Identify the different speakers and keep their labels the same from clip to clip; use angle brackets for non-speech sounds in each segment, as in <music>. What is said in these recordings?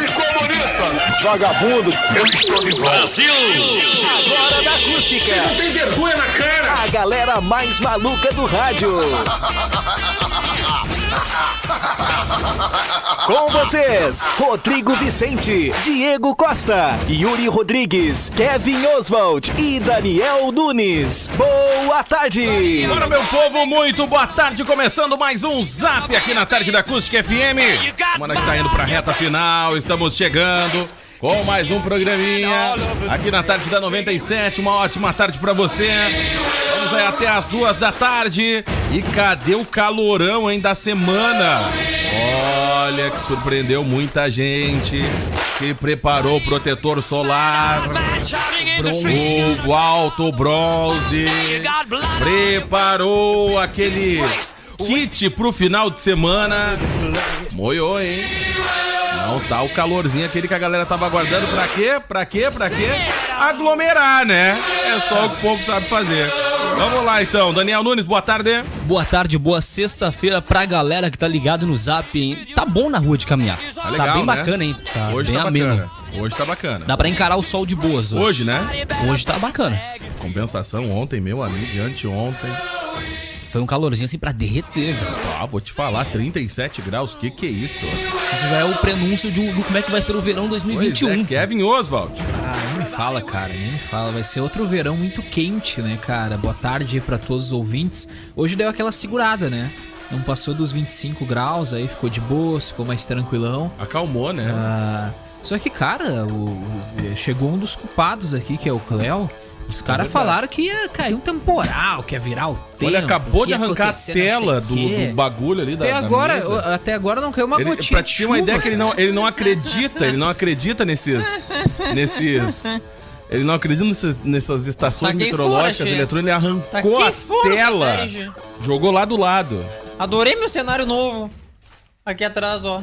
Speaker 1: e comunista.
Speaker 2: Vagabundo, eu estou de volta.
Speaker 3: A galera mais maluca do rádio. Com vocês, Rodrigo Vicente, Diego Costa, Yuri Rodrigues, Kevin Oswald e Daniel Nunes. Boa tarde!
Speaker 4: Bora, meu povo, muito boa tarde. Começando mais um Zap aqui na tarde da Acústica FM. Semana que tá indo pra reta final, estamos chegando com mais um programinha aqui na tarde da 97. Uma ótima tarde pra você. Vamos aí até as duas da tarde. E cadê o calorão, hein, da semana? Olha que surpreendeu muita gente que preparou o protetor solar, o alto bronze preparou aquele kit pro final de semana. Moiou, hein? Não tá o calorzinho aquele que a galera tava aguardando. Pra quê? Pra quê? Pra quê? Aglomerar, né? É só o que o povo sabe fazer. Vamos lá então, Daniel Nunes, boa tarde.
Speaker 5: Boa tarde, boa sexta-feira pra galera que tá ligado no zap, hein? Tá bom na rua de caminhar. Tá,
Speaker 4: legal,
Speaker 5: bem
Speaker 4: né?
Speaker 5: bacana, hein? Tá
Speaker 4: Hoje
Speaker 5: bem
Speaker 4: tá
Speaker 5: ameno.
Speaker 4: bacana. Hoje tá bacana.
Speaker 5: Dá pra encarar o sol de boas
Speaker 4: Hoje, né?
Speaker 5: Hoje tá bacana.
Speaker 4: Compensação ontem, meu amigo, e anteontem.
Speaker 5: Foi um calorzinho assim pra derreter, velho.
Speaker 4: Ah, vou te falar, 37 graus, que que é isso?
Speaker 5: Isso já é o prenúncio do, do como é que vai ser o verão
Speaker 4: Pois é,
Speaker 5: 2021.
Speaker 4: Kevin Oswald.
Speaker 6: Ah, nem me fala, cara, nem me fala. Vai ser outro verão muito quente, né, cara? Boa tarde aí pra todos os ouvintes. Hoje deu aquela segurada, né? Não passou dos 25 graus, aí ficou de boa, ficou mais tranquilão.
Speaker 4: Acalmou, né?
Speaker 6: Ah, só que, cara, o- o- chegou um dos culpados aqui, que é o Cléo.
Speaker 4: É
Speaker 6: Os caras falaram que ia cair um temporal, que ia virar o tempo.
Speaker 4: Olha, acabou
Speaker 6: que
Speaker 4: de
Speaker 6: ia
Speaker 4: arrancar a
Speaker 6: acontecer não sei
Speaker 4: tela
Speaker 6: o
Speaker 4: do,
Speaker 6: quê.
Speaker 4: do bagulho ali da
Speaker 6: Até
Speaker 4: da
Speaker 6: agora,
Speaker 4: mesa.
Speaker 6: o- até agora não caiu uma
Speaker 4: Ele,
Speaker 6: gotinha
Speaker 4: pra
Speaker 6: de
Speaker 4: te ter uma
Speaker 6: chuva,
Speaker 4: ideia que ele não, ele não acredita, ele não acredita
Speaker 7: <laughs>
Speaker 4: nesses. nesses. Ele não acredita nesses- nessas estações
Speaker 7: Taquei
Speaker 4: meteorológicas
Speaker 7: fora, che.
Speaker 4: eletrônicas, ele arrancou
Speaker 7: Taquei
Speaker 4: a
Speaker 7: fora,
Speaker 4: tela,
Speaker 7: Satanás.
Speaker 4: jogou lá do lado.
Speaker 7: Adorei meu cenário novo. Aqui atrás, ó.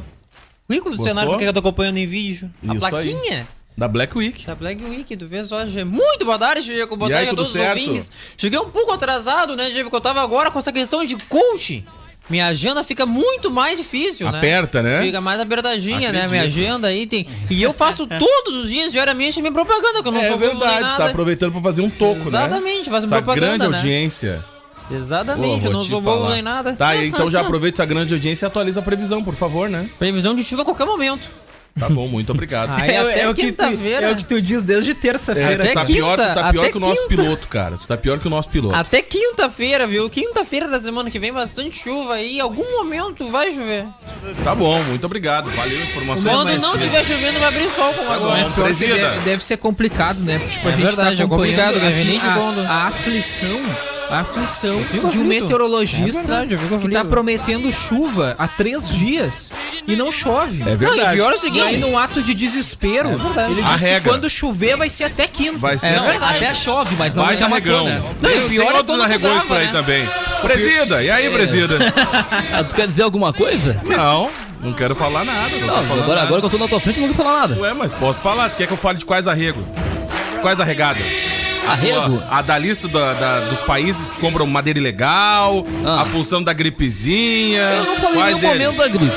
Speaker 7: Rico do
Speaker 4: Gostou?
Speaker 7: cenário que eu tô acompanhando em vídeo. A
Speaker 4: Isso
Speaker 7: plaquinha
Speaker 4: Da Black Week.
Speaker 7: da Black Week do Vesoja. Muito boa tarde, Diego. Boa
Speaker 4: E aí,
Speaker 7: tarde a
Speaker 4: tudo
Speaker 7: todos os
Speaker 4: certo?
Speaker 7: ouvintes. Cheguei um pouco atrasado, né, Diego? Que eu tava agora com essa questão de coaching. Minha agenda fica muito mais difícil, né?
Speaker 4: Aperta, né?
Speaker 7: Fica mais apertadinha, né?
Speaker 4: Acredito.
Speaker 7: Minha agenda aí tem. E eu faço todos os dias, diariamente, a minha propaganda, que eu não
Speaker 4: é
Speaker 7: sou bobo nem
Speaker 4: verdade,
Speaker 7: nada.
Speaker 4: tá aproveitando pra fazer um toco, né?
Speaker 7: Exatamente, faz
Speaker 4: Essa grande
Speaker 7: propaganda, né?
Speaker 4: audiência.
Speaker 7: Exatamente,
Speaker 4: Pô,
Speaker 7: eu
Speaker 4: vou
Speaker 7: não
Speaker 4: te
Speaker 7: sou bobo
Speaker 4: falar.
Speaker 7: nem nada.
Speaker 4: Tá, e então
Speaker 7: <laughs>
Speaker 4: já aproveita essa grande audiência e atualiza a previsão, por favor, né?
Speaker 7: Previsão de chuva a
Speaker 4: <laughs>
Speaker 7: qualquer momento.
Speaker 4: Tá bom, muito obrigado. <laughs>
Speaker 6: Ah, é,
Speaker 7: Até tá
Speaker 6: é o que tu,
Speaker 7: quinta-feira.
Speaker 6: é o que tu diz desde
Speaker 4: É,
Speaker 6: terça-feira.
Speaker 4: tu tá
Speaker 7: Até
Speaker 4: pior, tu tá
Speaker 7: quinta,
Speaker 4: pior
Speaker 7: até
Speaker 4: que o nosso
Speaker 7: quinta.
Speaker 4: piloto, cara. Tu tá pior que o nosso piloto.
Speaker 7: Até quinta-feira, viu? Quinta-feira da semana que vem, bastante chuva aí. Em algum momento vai chover.
Speaker 4: Tá bom, muito obrigado. Valeu a informação. é um
Speaker 7: Quando
Speaker 6: mas
Speaker 7: não
Speaker 6: sim.
Speaker 7: tiver chovendo, vai abrir sol como
Speaker 4: Tá bom.
Speaker 7: agora.
Speaker 6: Pior que
Speaker 4: Presida.
Speaker 6: Deve, deve ser complicado, né? Tipo,
Speaker 7: É verdade, é
Speaker 6: acompanhando
Speaker 7: complicado,
Speaker 4: né?
Speaker 7: Gavinete
Speaker 6: aqui
Speaker 7: Bondo.
Speaker 6: a, a aflição, a aflição de um
Speaker 7: aflito.
Speaker 6: meteorologista
Speaker 7: É verdade, eu fico
Speaker 6: que tá
Speaker 7: aflito.
Speaker 6: prometendo chuva há três dias e não chove.
Speaker 4: É verdade. É
Speaker 7: Não, e pior é o
Speaker 6: E aí,
Speaker 7: seguinte.
Speaker 6: num ato de desespero, ele
Speaker 4: A
Speaker 6: diz que
Speaker 4: regra.
Speaker 6: quando chover vai ser até quinta.
Speaker 4: Vai ser.
Speaker 6: É,
Speaker 5: Não, até chove, mas não
Speaker 4: Vai
Speaker 5: vai
Speaker 4: carregão.
Speaker 5: né?
Speaker 7: Não, e pior é quando tu
Speaker 4: arregões
Speaker 7: grava,
Speaker 4: por aí
Speaker 7: né?
Speaker 4: também. Presida, e
Speaker 5: É.
Speaker 4: aí,
Speaker 5: <laughs>
Speaker 4: presida?
Speaker 5: Ah, tu quer dizer alguma coisa?
Speaker 4: Não, não quero falar nada. Não, tô
Speaker 5: Não,
Speaker 4: falando
Speaker 5: agora,
Speaker 4: nada.
Speaker 5: agora que eu tô na tua frente, eu não vou falar nada.
Speaker 4: Ué, mas posso falar. Tu quer que eu fale de quais arrego? Quais arregadas?
Speaker 5: Arrego?
Speaker 4: A, a da lista da- da- dos países que compram madeira ilegal,
Speaker 5: Ah.
Speaker 4: a função da gripezinha.
Speaker 5: Eu não falei em
Speaker 4: quais
Speaker 5: nenhum
Speaker 4: deles?
Speaker 5: momento da gripe.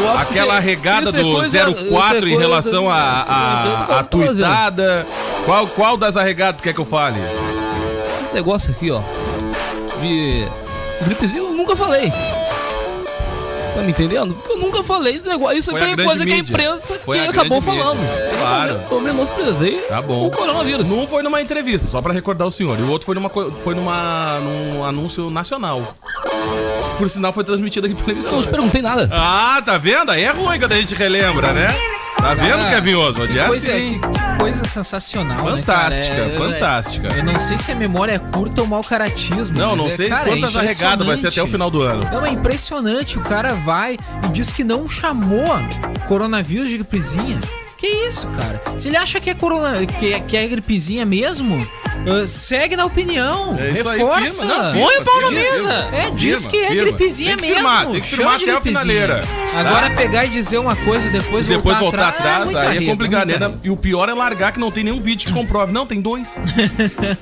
Speaker 5: Eu acho que
Speaker 4: Aquela
Speaker 5: isso é-
Speaker 4: arregada
Speaker 5: isso é
Speaker 4: do
Speaker 5: coisa- isso é
Speaker 4: 04 em
Speaker 5: coisa-
Speaker 4: relação à a, a,
Speaker 5: Eu tô fazendo.
Speaker 4: tuitada. Qual, qual das arregadas tu quer que eu fale?
Speaker 5: Esse negócio aqui, ó. De. Gripezinho eu nunca falei. Tá me entendendo? Porque eu nunca falei esse negócio. Isso
Speaker 4: Foi
Speaker 5: foi,
Speaker 4: a grande
Speaker 5: coisa que a
Speaker 4: mídia.
Speaker 5: imprensa
Speaker 4: Foi
Speaker 5: que
Speaker 4: a
Speaker 5: acabou
Speaker 4: grande
Speaker 5: falando.
Speaker 4: mídia.
Speaker 5: Eu
Speaker 4: Claro.
Speaker 5: me- Eu menosprezei
Speaker 4: Tá bom.
Speaker 5: o coronavírus.
Speaker 4: Um foi numa entrevista, só pra recordar o senhor. E o outro foi numa co- foi numa num anúncio nacional. Por sinal foi transmitido aqui pela
Speaker 5: Então Eu não te
Speaker 4: emissora.
Speaker 5: perguntei nada.
Speaker 4: Ah, tá vendo? Aí é ruim quando a gente relembra, né? Tá vendo, Kevin Oswald? É
Speaker 6: Coisa,
Speaker 4: assim.
Speaker 6: que, que coisa sensacional, né,
Speaker 4: Fantástica,
Speaker 6: cara? É-
Speaker 4: fantástica.
Speaker 6: Eu não sei se a memória é curta ou mau caratismo.
Speaker 4: Não,
Speaker 6: mas
Speaker 4: não
Speaker 6: é,
Speaker 4: sei
Speaker 6: cara, é
Speaker 4: quantas arregadas vai ser até o
Speaker 6: impressionante.
Speaker 4: final do ano.
Speaker 6: Não, é impressionante. O cara vai e diz que não chamou coronavírus de gripezinha. Que isso, cara? Se ele acha que é, corona, que é, que é gripezinha mesmo, ah, segue na opinião.
Speaker 4: É isso aí,
Speaker 6: reforça.
Speaker 4: firma, não,
Speaker 6: Põe
Speaker 7: Põe o pau na
Speaker 4: Firma,
Speaker 7: mesa.
Speaker 4: firma.
Speaker 6: É, diz
Speaker 4: Firma,
Speaker 6: que é
Speaker 4: firma.
Speaker 6: gripezinha
Speaker 4: Tem que
Speaker 6: mesmo.
Speaker 4: firmar, tem que
Speaker 6: Chama
Speaker 4: firmar
Speaker 6: de
Speaker 4: até a
Speaker 6: gripezinha.
Speaker 4: finaleira.
Speaker 6: Agora pegar e dizer uma coisa depois,
Speaker 4: E depois voltar, atrás,
Speaker 6: muita
Speaker 4: aí é
Speaker 6: riba,
Speaker 4: complicado.
Speaker 6: muita
Speaker 4: né?
Speaker 6: riba.
Speaker 4: E o pior é largar que não tem nenhum vídeo que comprove. Não, tem dois.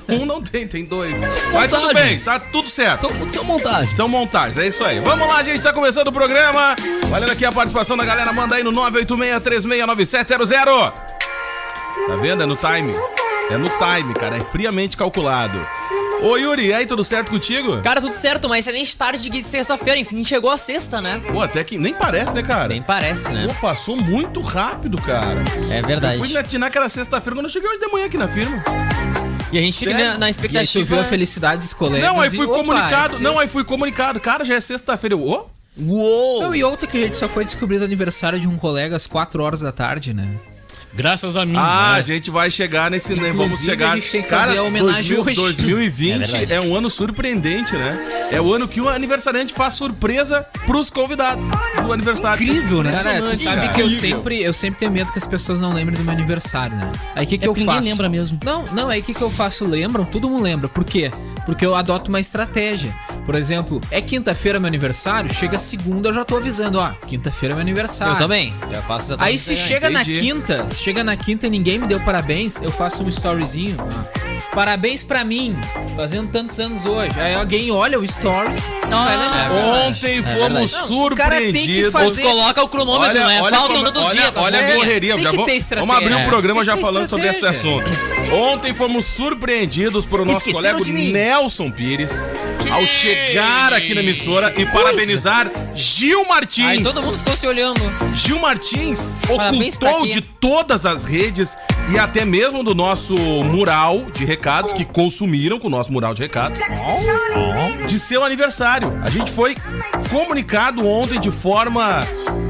Speaker 4: um não tem, tem dois. Mas tudo bem,
Speaker 5: Montagens.
Speaker 4: tá tudo certo.
Speaker 5: São, são montagens.
Speaker 4: São montagens, é isso aí. Vamos lá, gente, tá começando o programa. Valendo aqui a participação da galera, manda aí no 986369700. Tá vendo? É no time. É no time, cara, é friamente calculado. Ô Yuri, e aí, tudo certo contigo?
Speaker 7: Cara, tudo certo, mas excelente tarde de sexta-feira. Enfim, chegou a sexta, né?
Speaker 4: Pô, até que nem parece, né, cara?
Speaker 7: Nem parece, né?
Speaker 4: Pô, passou muito rápido, cara.
Speaker 7: É verdade.
Speaker 4: Fui na- naquela sexta-feira quando eu cheguei hoje de manhã aqui na firma.
Speaker 7: E a gente fica
Speaker 4: Sério?
Speaker 7: na, na
Speaker 6: E aí tu
Speaker 7: expectativa.
Speaker 6: viu a felicidade dos colegas.
Speaker 4: não, aí
Speaker 6: e,
Speaker 4: fui
Speaker 6: opa,
Speaker 4: comunicado.
Speaker 6: esse- é
Speaker 4: Não, aí fui comunicado. Cara, já é sexta-feira. Eu, ô?
Speaker 7: Uou!
Speaker 6: Não, e outra que a gente só foi descobrir do aniversário de um colega às 4 horas da tarde, né?
Speaker 8: Graças a mim.
Speaker 4: Ah,
Speaker 8: né?
Speaker 4: a gente vai chegar nesse. né, Vamos
Speaker 6: Hum, é. Inclusive,
Speaker 4: chegar.
Speaker 6: a gente tem que fazer a homenagem hoje. <laughs>
Speaker 4: 2020 é, um ano surpreendente, né? É o ano que o aniversariante faz surpresa pros convidados do aniversário.
Speaker 5: Incrível, né?
Speaker 6: Cara, tu
Speaker 4: Impressionante,
Speaker 6: sabe
Speaker 4: cara.
Speaker 6: que eu
Speaker 4: Incrível.
Speaker 6: sempre, eu sempre tenho medo que as pessoas não lembrem do meu aniversário, né? Aí o que, que
Speaker 5: É
Speaker 6: eu
Speaker 5: porque
Speaker 6: faço?
Speaker 5: ninguém lembra mesmo.
Speaker 6: Não, não, aí o que, que eu faço? Lembram? Todo mundo lembra. Por quê? Porque eu adoto uma estratégia. Por exemplo, é quinta-feira meu aniversário, chega segunda, eu já tô avisando, ó, quinta-feira é meu aniversário.
Speaker 7: Ah, Eu também. Já faço exatamente
Speaker 6: Aí se
Speaker 7: isso
Speaker 6: chega na
Speaker 4: entendi.
Speaker 6: quinta, se chega na quinta e ninguém me deu parabéns, eu faço um storyzinho. ó. Parabéns pra mim, fazendo tantos anos hoje. Aí alguém olha o stories,
Speaker 7: Ah.
Speaker 6: não vai lembrar.
Speaker 4: Ontem fomos
Speaker 6: É Não, o cara tem que
Speaker 4: surpreendidos.
Speaker 6: fazer-
Speaker 7: Os coloca o cronômetro, né? Faltam
Speaker 4: como-
Speaker 7: tantos
Speaker 4: olha,
Speaker 7: dias. tá
Speaker 4: Olha
Speaker 7: certo?
Speaker 4: a correria,
Speaker 6: né? Tem
Speaker 4: já
Speaker 6: que
Speaker 4: vamos,
Speaker 6: ter
Speaker 4: vamos
Speaker 6: estratégia.
Speaker 4: abrir um
Speaker 6: É.
Speaker 4: programa
Speaker 6: Tem
Speaker 4: já
Speaker 6: que ter
Speaker 4: falando sobre esse
Speaker 6: estratégia.
Speaker 4: assunto. Ontem fomos surpreendidos por um nosso
Speaker 7: Esqueceram
Speaker 4: colega
Speaker 7: de mim.
Speaker 4: Nelson Pires ao chegar aqui na emissora e parabenizar Gil Martins.
Speaker 7: Aí todo mundo ficou se olhando.
Speaker 4: Gil Martins
Speaker 7: Parabéns pra
Speaker 4: ocultou
Speaker 7: quê?
Speaker 4: de todas as redes e até mesmo do nosso mural de recados, que consumiram com o nosso mural de recados, de seu aniversário. A gente foi comunicado ontem de forma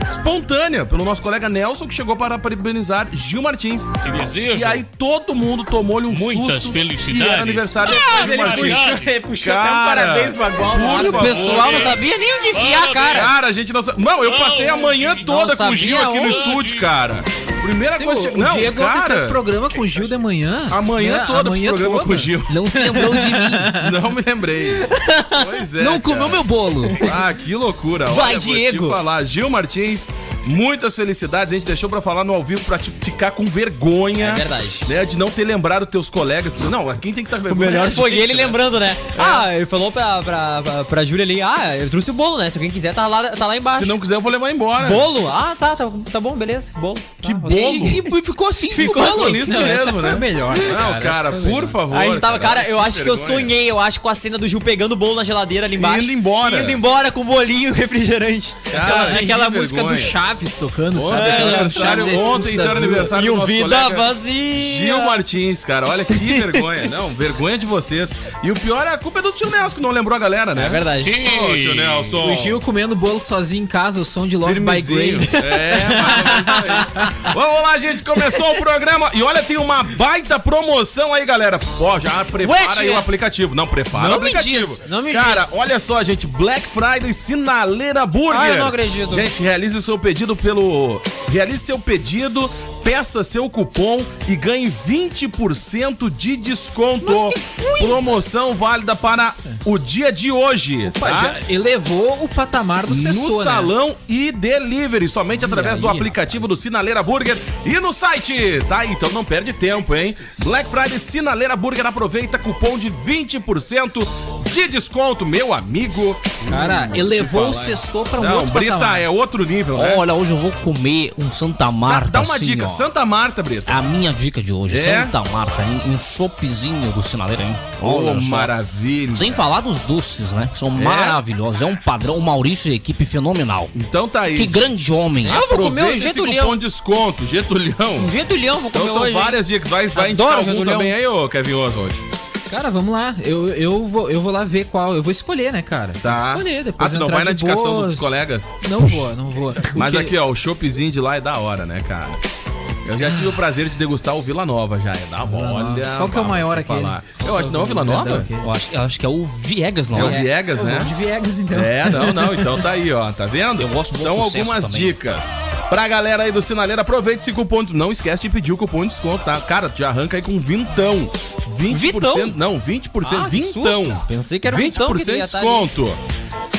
Speaker 4: espontânea pelo nosso colega Nelson, que chegou para parabenizar Gil Martins.
Speaker 8: Te desejo.
Speaker 4: E aí todo mundo tomou-lhe um
Speaker 8: Muitas
Speaker 4: susto.
Speaker 8: felicidades.
Speaker 4: que era aniversário do Gil
Speaker 8: ele
Speaker 4: Martins.
Speaker 8: puxou-
Speaker 4: ele puxou até um parabéns pra
Speaker 7: Olha, o pessoal
Speaker 6: é.
Speaker 7: não sabia nem onde enfiar a cara.
Speaker 4: Cara, a gente não sabe. Não, eu passei a manhã
Speaker 8: Não
Speaker 4: toda com o Gil
Speaker 7: sabia
Speaker 4: aqui no
Speaker 8: onde.
Speaker 4: estúdio, cara. Primeira
Speaker 6: Sim,
Speaker 4: coisa.
Speaker 6: o,
Speaker 4: que- Tá não,
Speaker 6: o Diego ontem fez
Speaker 4: cara.
Speaker 6: programa com o Gil de manhã.
Speaker 4: Amanhã
Speaker 6: né?
Speaker 4: todo esse
Speaker 6: Amanhã
Speaker 4: programa
Speaker 6: toda.
Speaker 4: com o Gil.
Speaker 5: Não se lembrou de mim.
Speaker 4: <laughs> Não me lembrei. Pois é.
Speaker 5: Não comeu meu bolo.
Speaker 4: Ah, que loucura.
Speaker 7: Vai,
Speaker 4: vou te
Speaker 7: Diego.
Speaker 4: falar, Gil Martins, muitas felicidades. A gente deixou pra falar no ao vivo pra te ficar com vergonha.
Speaker 7: É verdade.
Speaker 4: Né, de não ter lembrado teus colegas. Não, quem tem que estar com vergonha? é a
Speaker 7: foi
Speaker 4: gente,
Speaker 7: ele
Speaker 4: né?
Speaker 7: lembrando, né? Ah, ele falou pra, pra, pra, pra Júlia ali, ah, eu trouxe o bolo, né? Se alguém quiser, tá lá, tá lá embaixo.
Speaker 4: Se não quiser, eu vou levar embora.
Speaker 7: Bolo? Ah, tá, tá, tá bom, beleza. Bolo.
Speaker 4: Que
Speaker 7: Tá,
Speaker 4: bom.
Speaker 5: <laughs>
Speaker 7: ok.
Speaker 5: E, e ficou assim.
Speaker 7: Ficou
Speaker 5: no bolo.
Speaker 4: Foi nisso
Speaker 6: Não, essa
Speaker 4: mesmo,
Speaker 6: foi
Speaker 4: né?
Speaker 6: a melhor, né,
Speaker 4: Não,
Speaker 6: cara?
Speaker 4: cara,
Speaker 6: Essa foi a
Speaker 4: por favor.
Speaker 7: Aí a gente tava, cara, eu acho que eu
Speaker 4: vergonha.
Speaker 7: sonhei, eu acho, com a cena do Gil pegando o bolo na geladeira ali embaixo.
Speaker 4: indo embora.
Speaker 7: Indo embora com o bolinho e o refrigerante.
Speaker 4: Cara,
Speaker 7: Sei lá,
Speaker 4: que
Speaker 6: É aquela
Speaker 4: vergonha.
Speaker 6: música do Chaves tocando,
Speaker 4: Ontem,
Speaker 6: sabe? Aquela do
Speaker 4: aniversário,
Speaker 6: Chaves é expulso
Speaker 4: ontem,
Speaker 6: da
Speaker 4: então,
Speaker 6: rua.
Speaker 4: aniversário
Speaker 7: E
Speaker 4: do
Speaker 7: o
Speaker 4: nosso
Speaker 7: vida
Speaker 4: colega
Speaker 7: vazia.
Speaker 4: Gil Martins, cara,
Speaker 7: <laughs>
Speaker 4: olha que vergonha. Não, vergonha de vocês. E o pior é a culpa é do tio Nelson, que não lembrou a galera, né?
Speaker 7: É verdade.
Speaker 4: Ô, tio Nelson.
Speaker 6: O Gil comendo bolo sozinho em casa, o som de Love by
Speaker 4: Firmezinho.
Speaker 6: Grace.
Speaker 4: É, mas é isso aí. Vamos lá, gente. Começou o programa. E olha, tem uma baita promoção aí, galera. Ó, já prepara
Speaker 7: Ué, tia.
Speaker 4: aí o aplicativo. Não, prepara
Speaker 7: Não
Speaker 4: o
Speaker 7: me
Speaker 4: aplicativo.
Speaker 7: diz, não me
Speaker 4: Cara,
Speaker 7: diz.
Speaker 4: olha só, gente. Black Friday Sinaleira Burger.
Speaker 7: Ah, eu não acredito.
Speaker 4: Gente, realize o seu pedido pelo... Realize seu pedido, peça seu cupom e ganhe 20% de desconto.
Speaker 7: Mas que coisa.
Speaker 4: Promoção válida para o dia de hoje,
Speaker 6: Pá,
Speaker 4: tá?
Speaker 6: já elevou o patamar do sexto,
Speaker 4: no
Speaker 6: né?
Speaker 4: salão e delivery, somente através do
Speaker 6: aí,
Speaker 4: aplicativo do Sinaleira Burger e no site. Tá, então não perde tempo, hein? Black Friday Sinaleira Burger aproveita cupom de 20% de desconto, meu amigo. Hum,
Speaker 6: Cara, elevou o sexto pra um
Speaker 4: Não,
Speaker 6: outro
Speaker 4: Brita
Speaker 6: patamar.
Speaker 4: é outro nível, né?
Speaker 5: tipo, Olha, hoje eu vou comer um Santa
Speaker 4: Dá-
Speaker 5: Marta.
Speaker 4: Dá uma
Speaker 5: assim,
Speaker 4: dica,
Speaker 5: ó. É
Speaker 4: Santa Marta, Brita.
Speaker 5: A minha dica de hoje,
Speaker 4: É?
Speaker 5: Santa Marta, hein? um chopezinho do sinaleiro, hein? Olha
Speaker 4: oh,
Speaker 5: só.
Speaker 4: maravilha.
Speaker 5: Sem falar dos doces, né? São maravilhosos. É um padrão, o Maurício e a equipe fenomenal.
Speaker 4: Então tá aí.
Speaker 5: Que grande homem.
Speaker 7: Ah, eu vou comer o
Speaker 4: Aproveita esse
Speaker 7: Getulhão.
Speaker 4: cupom de desconto, Getulhão.
Speaker 6: Hum,
Speaker 7: Um Getulhão, vou comer
Speaker 4: Então são
Speaker 7: hoje. hein?
Speaker 4: várias dicas. Vai, vai indicar
Speaker 7: Adoro
Speaker 4: algum
Speaker 7: Getulhão.
Speaker 4: também aí, ô Kevin Oswald?
Speaker 6: Cara, vamos lá. Eu, eu, vou, eu vou lá ver qual. Eu vou escolher, né, cara?
Speaker 4: Tá.
Speaker 6: Vou escolher depois.
Speaker 4: ah, tu não
Speaker 6: entrar
Speaker 4: vai na
Speaker 6: de
Speaker 4: indicação
Speaker 6: boas.
Speaker 4: dos colegas?
Speaker 6: Não vou, não vou.
Speaker 4: Mas
Speaker 6: Porque-
Speaker 4: aqui, ó, o choppzinho de lá é da hora, né, cara? Eu já tive o prazer de degustar o Vila Nova já. É da olha.
Speaker 6: Qual que é o
Speaker 4: bah,
Speaker 6: maior
Speaker 4: vou te
Speaker 6: aquele?
Speaker 4: falar. Eu acho que não é o Vila Nova?
Speaker 5: Eu acho, eu acho que é o Viegas, não
Speaker 4: É o
Speaker 5: é?
Speaker 4: Viegas,
Speaker 6: Eu
Speaker 4: né?
Speaker 6: vou de Viegas, então.
Speaker 4: É, não, não. Então tá aí, ó. Tá vendo?
Speaker 5: Eu gosto do
Speaker 4: Então
Speaker 5: bom sucesso
Speaker 4: algumas
Speaker 5: também.
Speaker 4: dicas. Pra galera aí do Sinaleiro, aproveite esse cupom. de- Não esquece de pedir o cupom de desconto, tá? Cara, tu já arranca aí com vintão. 20%.
Speaker 7: Vitão?
Speaker 4: Não, 20%.
Speaker 7: Ah, que
Speaker 4: vintão.
Speaker 7: susto. Pensei que era um
Speaker 4: 20%
Speaker 7: vitão que
Speaker 4: de
Speaker 7: ele ia estar ali.
Speaker 4: desconto.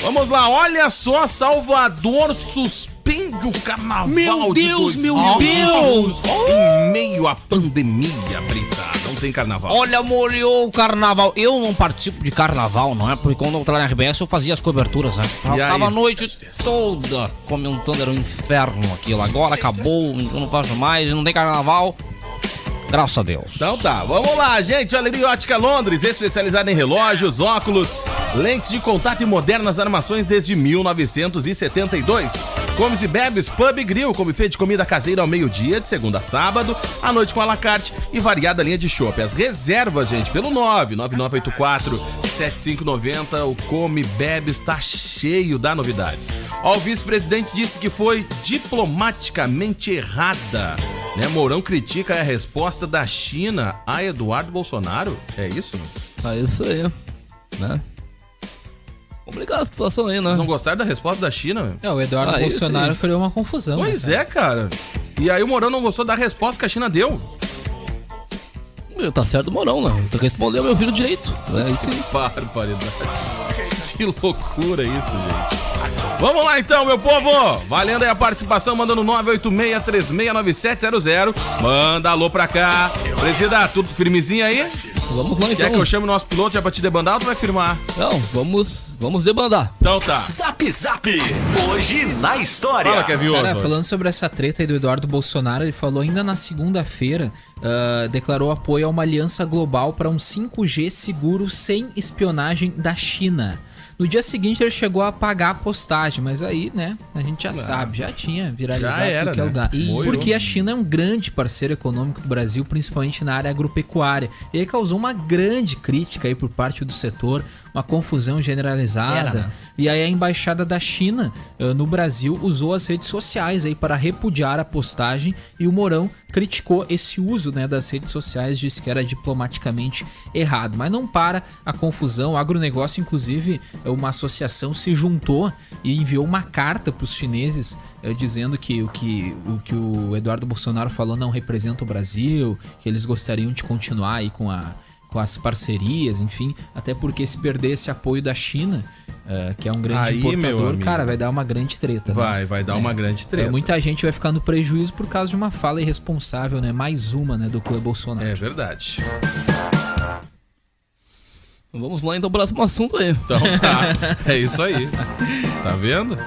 Speaker 4: Vamos lá, olha só, Salvador suspende o carnaval.
Speaker 7: Meu
Speaker 4: de
Speaker 7: Deus, meu
Speaker 4: 2022 um. Em meio à pandemia, Brita. Não tem carnaval.
Speaker 5: Olha, molhou o carnaval. Eu não participo de carnaval, não é? Porque quando eu estava na RBS eu fazia as coberturas, né?
Speaker 4: E
Speaker 5: Passava a
Speaker 4: aí?
Speaker 5: noite toda comentando, era um inferno aquilo. Agora acabou, eu não faço mais, não tem carnaval. Graças a Deus.
Speaker 4: Então tá, vamos lá, gente. Olha Ótica Londres, especializada em relógios, óculos, lentes de contato e modernas armações desde 1972. Comes e bebes, pub e grill, com buffet de comida caseira ao meio-dia, de segunda a sábado, à noite com alacarte e variada linha de chopp. As reservas, gente, pelo 99984 7590, o Come e Bebe está cheio da novidades. Ó, o vice-presidente disse que foi diplomaticamente errada. Né, Mourão critica a resposta da China a Eduardo Bolsonaro? É isso?
Speaker 5: É isso aí, né? Complicada a situação aí, né?
Speaker 4: Não gostaram da resposta da China? meu?
Speaker 6: É, o Eduardo
Speaker 5: Ah, isso
Speaker 6: Bolsonaro
Speaker 5: aí.
Speaker 6: criou uma confusão.
Speaker 4: Pois
Speaker 6: né,
Speaker 4: é, cara. E aí o Mourão não gostou da resposta que a China deu.
Speaker 5: Meu, Tá certo o Morão, né? Tem que responder o meu filho direito. É isso aí.
Speaker 4: Barbaridade. Que loucura isso, gente. Vamos lá então, meu povo! Valendo aí a participação, mandando 986-369700. Manda alô pra cá. Presida, tudo firmezinho aí?
Speaker 5: Vamos lá
Speaker 4: Quer que
Speaker 5: então.
Speaker 4: eu chame o nosso piloto já pra te debandar ou tu vai firmar?
Speaker 5: Não, vamos, vamos debandar.
Speaker 4: Então tá.
Speaker 8: Zap Zap. Hoje na história.
Speaker 4: Fala, é Kevin
Speaker 6: Cara,
Speaker 4: Oswald.
Speaker 6: falando sobre essa treta aí do Eduardo Bolsonaro, ele falou ainda na segunda-feira, ah, declarou apoio a uma aliança global para um 5G seguro sem espionagem da China. No dia seguinte ele chegou a apagar a postagem, mas aí, né, a gente já sabe, já tinha viralizado
Speaker 4: Já era,
Speaker 6: em qualquer
Speaker 4: né?
Speaker 6: lugar.
Speaker 4: Ih. Moiou.
Speaker 6: Porque a China é um grande parceiro econômico do Brasil, principalmente na área agropecuária. E aí causou uma grande crítica aí por parte do setor, uma confusão generalizada.
Speaker 5: Era, né?
Speaker 6: E aí a embaixada da China eh, no Brasil usou as redes sociais aí para repudiar a postagem e o Mourão criticou esse uso né, das redes sociais, disse que era diplomaticamente errado. Mas não para a confusão. O agronegócio, inclusive, eh, uma associação se juntou e enviou uma carta para os chineses eh, dizendo que o, que o que o Eduardo Bolsonaro falou não representa o Brasil, que eles gostariam de continuar aí com a com as parcerias, enfim, até porque se perder esse apoio da China, eh, que é um grande
Speaker 4: Aí, meu
Speaker 6: importador,
Speaker 4: amigo.
Speaker 6: cara, vai dar uma grande treta. né?
Speaker 4: Vai, vai dar
Speaker 6: É.
Speaker 4: uma grande treta.
Speaker 6: Eh, Muita gente vai ficar no prejuízo por causa de uma fala irresponsável, né? Mais uma, né, do clã Bolsonaro.
Speaker 4: É verdade.
Speaker 5: Vamos lá então para o próximo assunto aí.
Speaker 4: Então tá, é isso aí. Tá vendo?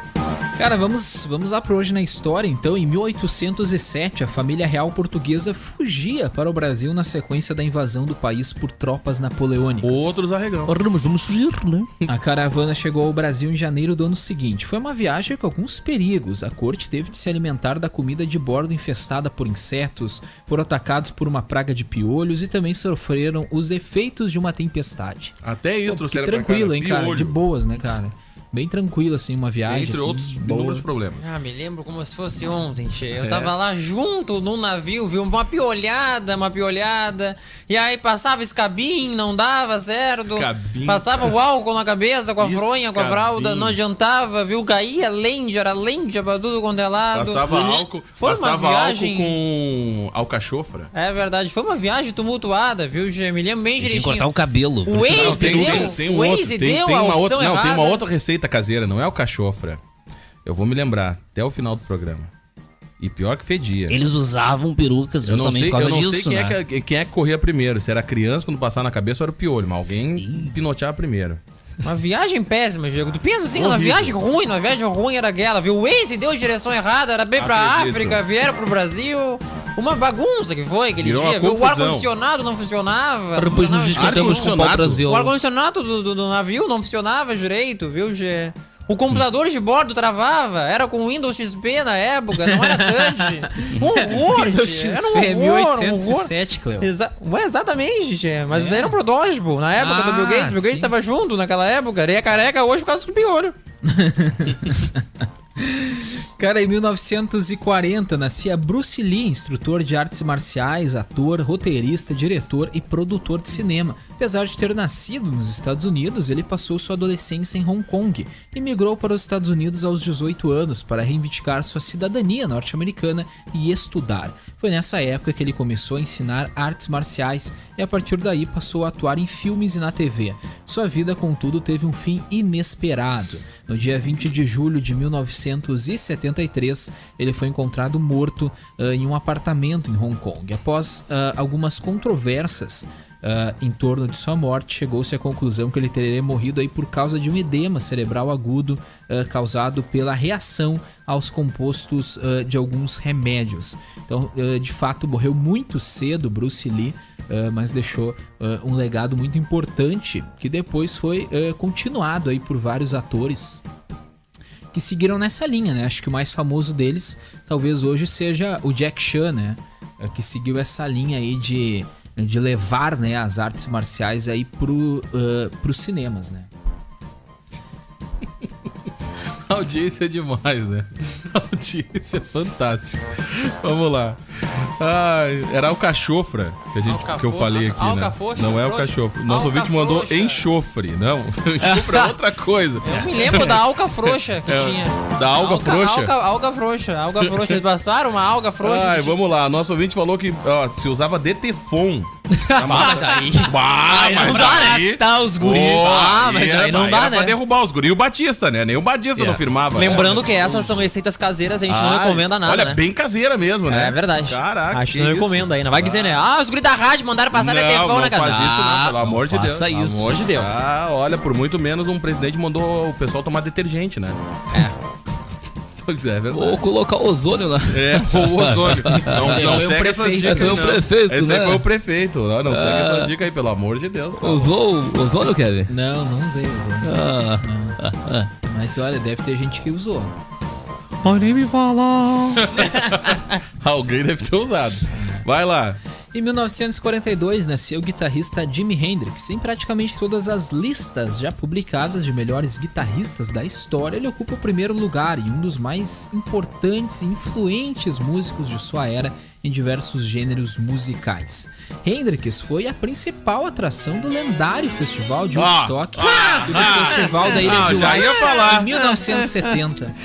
Speaker 6: Cara, vamos, vamos lá para hoje na história, então. Em 1807, a família real portuguesa fugia para o Brasil na sequência da invasão do país por tropas napoleônicas.
Speaker 4: Outros arregão.
Speaker 5: Ora, mas vamos fugir, né?
Speaker 6: A caravana chegou ao Brasil em janeiro do ano seguinte. Foi uma viagem com alguns perigos. A corte teve de se alimentar da comida de bordo infestada por insetos, foram atacados por uma praga de piolhos e também sofreram os efeitos de uma tempestade.
Speaker 4: Até
Speaker 6: Pô,
Speaker 4: isso
Speaker 6: que
Speaker 4: trouxeram pra né?
Speaker 6: tranquilo, hein, cara?
Speaker 4: Piolho,
Speaker 6: De boas, né, cara? Bem tranquilo, assim, uma viagem.
Speaker 4: Entre
Speaker 6: assim,
Speaker 4: outros
Speaker 6: boa.
Speaker 4: inúmeros problemas.
Speaker 7: Ah, me lembro como se fosse ontem, che.
Speaker 4: É.
Speaker 7: Eu tava lá junto num navio, viu? Uma piolhada, uma piolhada. E aí passava escabim, não dava certo.
Speaker 4: Escabim,
Speaker 7: Passava o álcool na cabeça, com a fronha, com a
Speaker 4: Escabim.
Speaker 7: fralda, não adiantava, viu? Caía lente, era lente pra tudo quanto é lado.
Speaker 4: Passava álcool,
Speaker 7: Foi
Speaker 4: passava
Speaker 7: uma viagem.
Speaker 4: álcool com alcachofra.
Speaker 7: É verdade, foi uma viagem tumultuada, viu, che? Me lembro bem
Speaker 5: Tinha que
Speaker 7: direitinho.
Speaker 5: cortar um- o cabelo.
Speaker 7: O
Speaker 4: Não,
Speaker 7: Waze
Speaker 4: tem, tem,
Speaker 7: deu,
Speaker 4: tem
Speaker 7: o
Speaker 4: um outro,
Speaker 7: Waze
Speaker 4: tem,
Speaker 7: deu
Speaker 4: tem uma
Speaker 7: a
Speaker 4: outra,
Speaker 7: opção
Speaker 4: não, tem uma
Speaker 7: errada.
Speaker 4: outra receita caseira, não é alcachofra. Eu vou me lembrar até o final do programa. E pior que fedia.
Speaker 5: Eles usavam perucas
Speaker 4: Eu não
Speaker 5: justamente
Speaker 4: sei,
Speaker 5: por causa
Speaker 4: eu não
Speaker 5: disso,
Speaker 4: sei quem,
Speaker 5: né?
Speaker 4: é que, quem é que corria primeiro. Se era criança, quando passava na cabeça, era o piolho. Mas alguém pinoteava primeiro.
Speaker 7: Uma viagem péssima, Diego. Tu pensa assim, uma viagem ruim, uma viagem ruim era aquela, viu? O Waze deu a direção errada, era bem pra
Speaker 4: Acredito.
Speaker 7: África, vieram pro Brasil. Uma bagunça que foi aquele
Speaker 4: Virou uma
Speaker 7: dia, viu? O
Speaker 4: confusão.
Speaker 7: ar-condicionado não funcionava. não
Speaker 5: Depois nos
Speaker 7: funcionava
Speaker 5: discutamos com o
Speaker 4: Ar-condicionado.
Speaker 5: Pau Brasil.
Speaker 7: o ar-condicionado do, do- do navio não funcionava direito, viu, Gê? O computador de bordo travava, era com Windows XP na época, não
Speaker 5: <laughs>
Speaker 7: era touch. Um horror,
Speaker 6: Windows
Speaker 7: Gê,
Speaker 6: XP,
Speaker 7: era um horror, um horror.
Speaker 6: 1807, Cleo.
Speaker 7: Exa Ué, exatamente, Gê,
Speaker 4: É.
Speaker 7: mas era um protótipo na época do Bill
Speaker 6: Ah,
Speaker 7: Gates. Bill Gates
Speaker 6: sim.
Speaker 7: tava junto naquela época, ele é careca hoje por causa do piolho.
Speaker 6: Cara, em 1940 nascia Bruce Lee, instrutor de artes marciais, ator, roteirista, diretor e produtor de cinema. Apesar de ter nascido nos Estados Unidos, ele passou sua adolescência em Hong Kong e migrou para os Estados Unidos aos 18 anos para reivindicar sua cidadania norte-americana e estudar. Foi nessa época que ele começou a ensinar artes marciais e a partir daí passou a atuar em filmes e na TV. Sua vida, contudo, teve um fim inesperado. No dia 20 de julho de 1973, ele foi encontrado morto ah, em um apartamento em Hong Kong. Após ah, algumas controvérsias ah, em torno de sua morte, chegou-se à conclusão que ele teria morrido aí por causa de um edema cerebral agudo ah, causado pela reação aos compostos ah, de alguns remédios. Então, ah, de fato, morreu muito cedo Bruce Lee, ah, mas deixou ah, um legado muito importante que depois foi ah, continuado aí por vários atores que seguiram nessa linha, né? Acho que o mais famoso deles, talvez hoje, seja o Jack Chan, né? É, Que seguiu essa linha aí de, de levar né, as artes marciais aí pro, ah, pros cinemas, né?
Speaker 4: <laughs> Audiência é demais, né? <laughs> Audiência é fantástica. <laughs> Vamos lá. Ai, era o cachofra que, a gente, que eu
Speaker 7: Alcafofra.
Speaker 4: falei aqui,
Speaker 7: Alcafofra,
Speaker 4: né? Não é o
Speaker 7: frouxa.
Speaker 4: cachofra. Nosso ouvinte mandou
Speaker 7: Alcafrouxa.
Speaker 4: enxofre. Não, <laughs> enxofre
Speaker 7: <laughs>
Speaker 4: é outra coisa.
Speaker 7: Eu me lembro da alga frouxa que
Speaker 4: É,
Speaker 7: tinha.
Speaker 4: da alga frouxa?
Speaker 7: Alga, alga frouxa. Alga frouxa. Eles passaram uma alga frouxa.
Speaker 4: Ai,
Speaker 7: bicho.
Speaker 4: vamos lá. Nosso ouvinte falou que ó, se usava Detefon.
Speaker 5: Ah, Mas aí.
Speaker 4: <laughs> Bah,
Speaker 5: Aí não dá, né? Tá os guri.
Speaker 4: Boa,
Speaker 5: Ah, mas
Speaker 4: era-
Speaker 5: aí não dá,
Speaker 4: era pra
Speaker 5: né? É.
Speaker 4: derrubar os guri. E o Batista, né? Nem o Batista não firmava. né?
Speaker 7: Lembrando que essas são receitas caseiras, a gente não
Speaker 4: Ai,
Speaker 7: recomenda nada,
Speaker 4: Olha,
Speaker 7: né?
Speaker 4: bem caseira mesmo, né?
Speaker 7: É verdade.
Speaker 4: Caraca.
Speaker 7: A gente
Speaker 4: que
Speaker 7: não
Speaker 4: isso.
Speaker 7: recomenda ainda. Vai dizer, né? Ah, os guri da rádio mandaram
Speaker 5: é
Speaker 7: passar
Speaker 4: não,
Speaker 7: DTFão,
Speaker 4: não
Speaker 7: né, cara?
Speaker 4: faz isso não, pelo
Speaker 5: Ah,
Speaker 4: amor
Speaker 5: não
Speaker 4: de Deus.
Speaker 5: faça
Speaker 4: Pelo
Speaker 5: isso.
Speaker 4: amor de Deus.
Speaker 5: Ah,
Speaker 4: Ah, olha, por muito menos um presidente mandou o pessoal tomar detergente, né? É. <laughs> Pois é, é verdade.
Speaker 5: Ou colocar ozônio né? lá.
Speaker 6: <laughs>
Speaker 4: É, o ozônio. Não, não
Speaker 6: Foi o
Speaker 4: segue essas
Speaker 6: prefeito. Ah.
Speaker 4: dicas.
Speaker 5: Foi o
Speaker 4: não.
Speaker 5: prefeito,
Speaker 4: Esse aí
Speaker 5: né?
Speaker 4: foi o prefeito. Não, não segue essas dicas aí, pelo amor de Deus.
Speaker 5: Usou o ozônio, Kevin?
Speaker 6: Não, não usei, usou. ah.
Speaker 5: Ah,
Speaker 6: Mas olha, deve ter gente que usou.
Speaker 4: Alguém deve ter usado. Vai lá.
Speaker 6: Em 1942 nasceu o guitarrista Jimi Hendrix. Em praticamente todas as listas já publicadas de melhores guitarristas da história, ele ocupa o primeiro lugar e um dos mais importantes e influentes músicos de sua era em diversos gêneros musicais. Hendrix foi a principal atração do lendário festival de
Speaker 4: Ah,
Speaker 6: Woodstock e do festival da Ilha
Speaker 4: ah,
Speaker 6: de
Speaker 4: já
Speaker 6: Wight
Speaker 4: ia falar.
Speaker 6: em
Speaker 7: <laughs>
Speaker 6: 1970.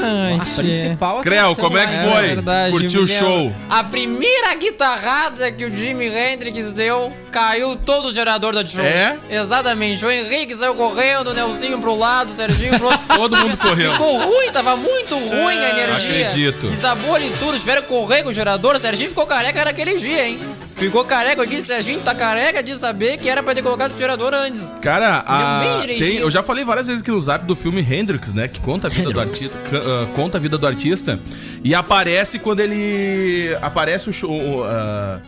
Speaker 7: Ai,
Speaker 6: A principal
Speaker 4: Creu,
Speaker 6: atração
Speaker 4: como é
Speaker 6: lá
Speaker 4: que
Speaker 6: era-
Speaker 4: foi? Curtiu
Speaker 7: me
Speaker 4: o show?
Speaker 7: lembro. A primeira guitarrada que o Jimi Hendrix deu, caiu todo o gerador da show.
Speaker 4: É?
Speaker 7: Exatamente. O Henrique saiu correndo, o Nelsinho pro lado, o Serginho pro outro.
Speaker 4: <laughs> Todo mundo correu.
Speaker 7: Ficou ruim, tava muito ruim a energia.
Speaker 4: acredito.
Speaker 7: Isabor e tudo, tiveram que correr com o gerador. O Serginho ficou careca naquele dia, hein? Ficou careca, eu disse, Serginho, tá careca de saber que era pra ter colocado o gerador antes.
Speaker 4: Cara, a-
Speaker 7: Lembro bem direitinho.
Speaker 4: tem- eu já falei várias vezes aqui no zap do filme Hendrix, né? Que conta a vida do artista. ca- ah, conta a vida do artista. E aparece quando ele. Aparece o show. ah,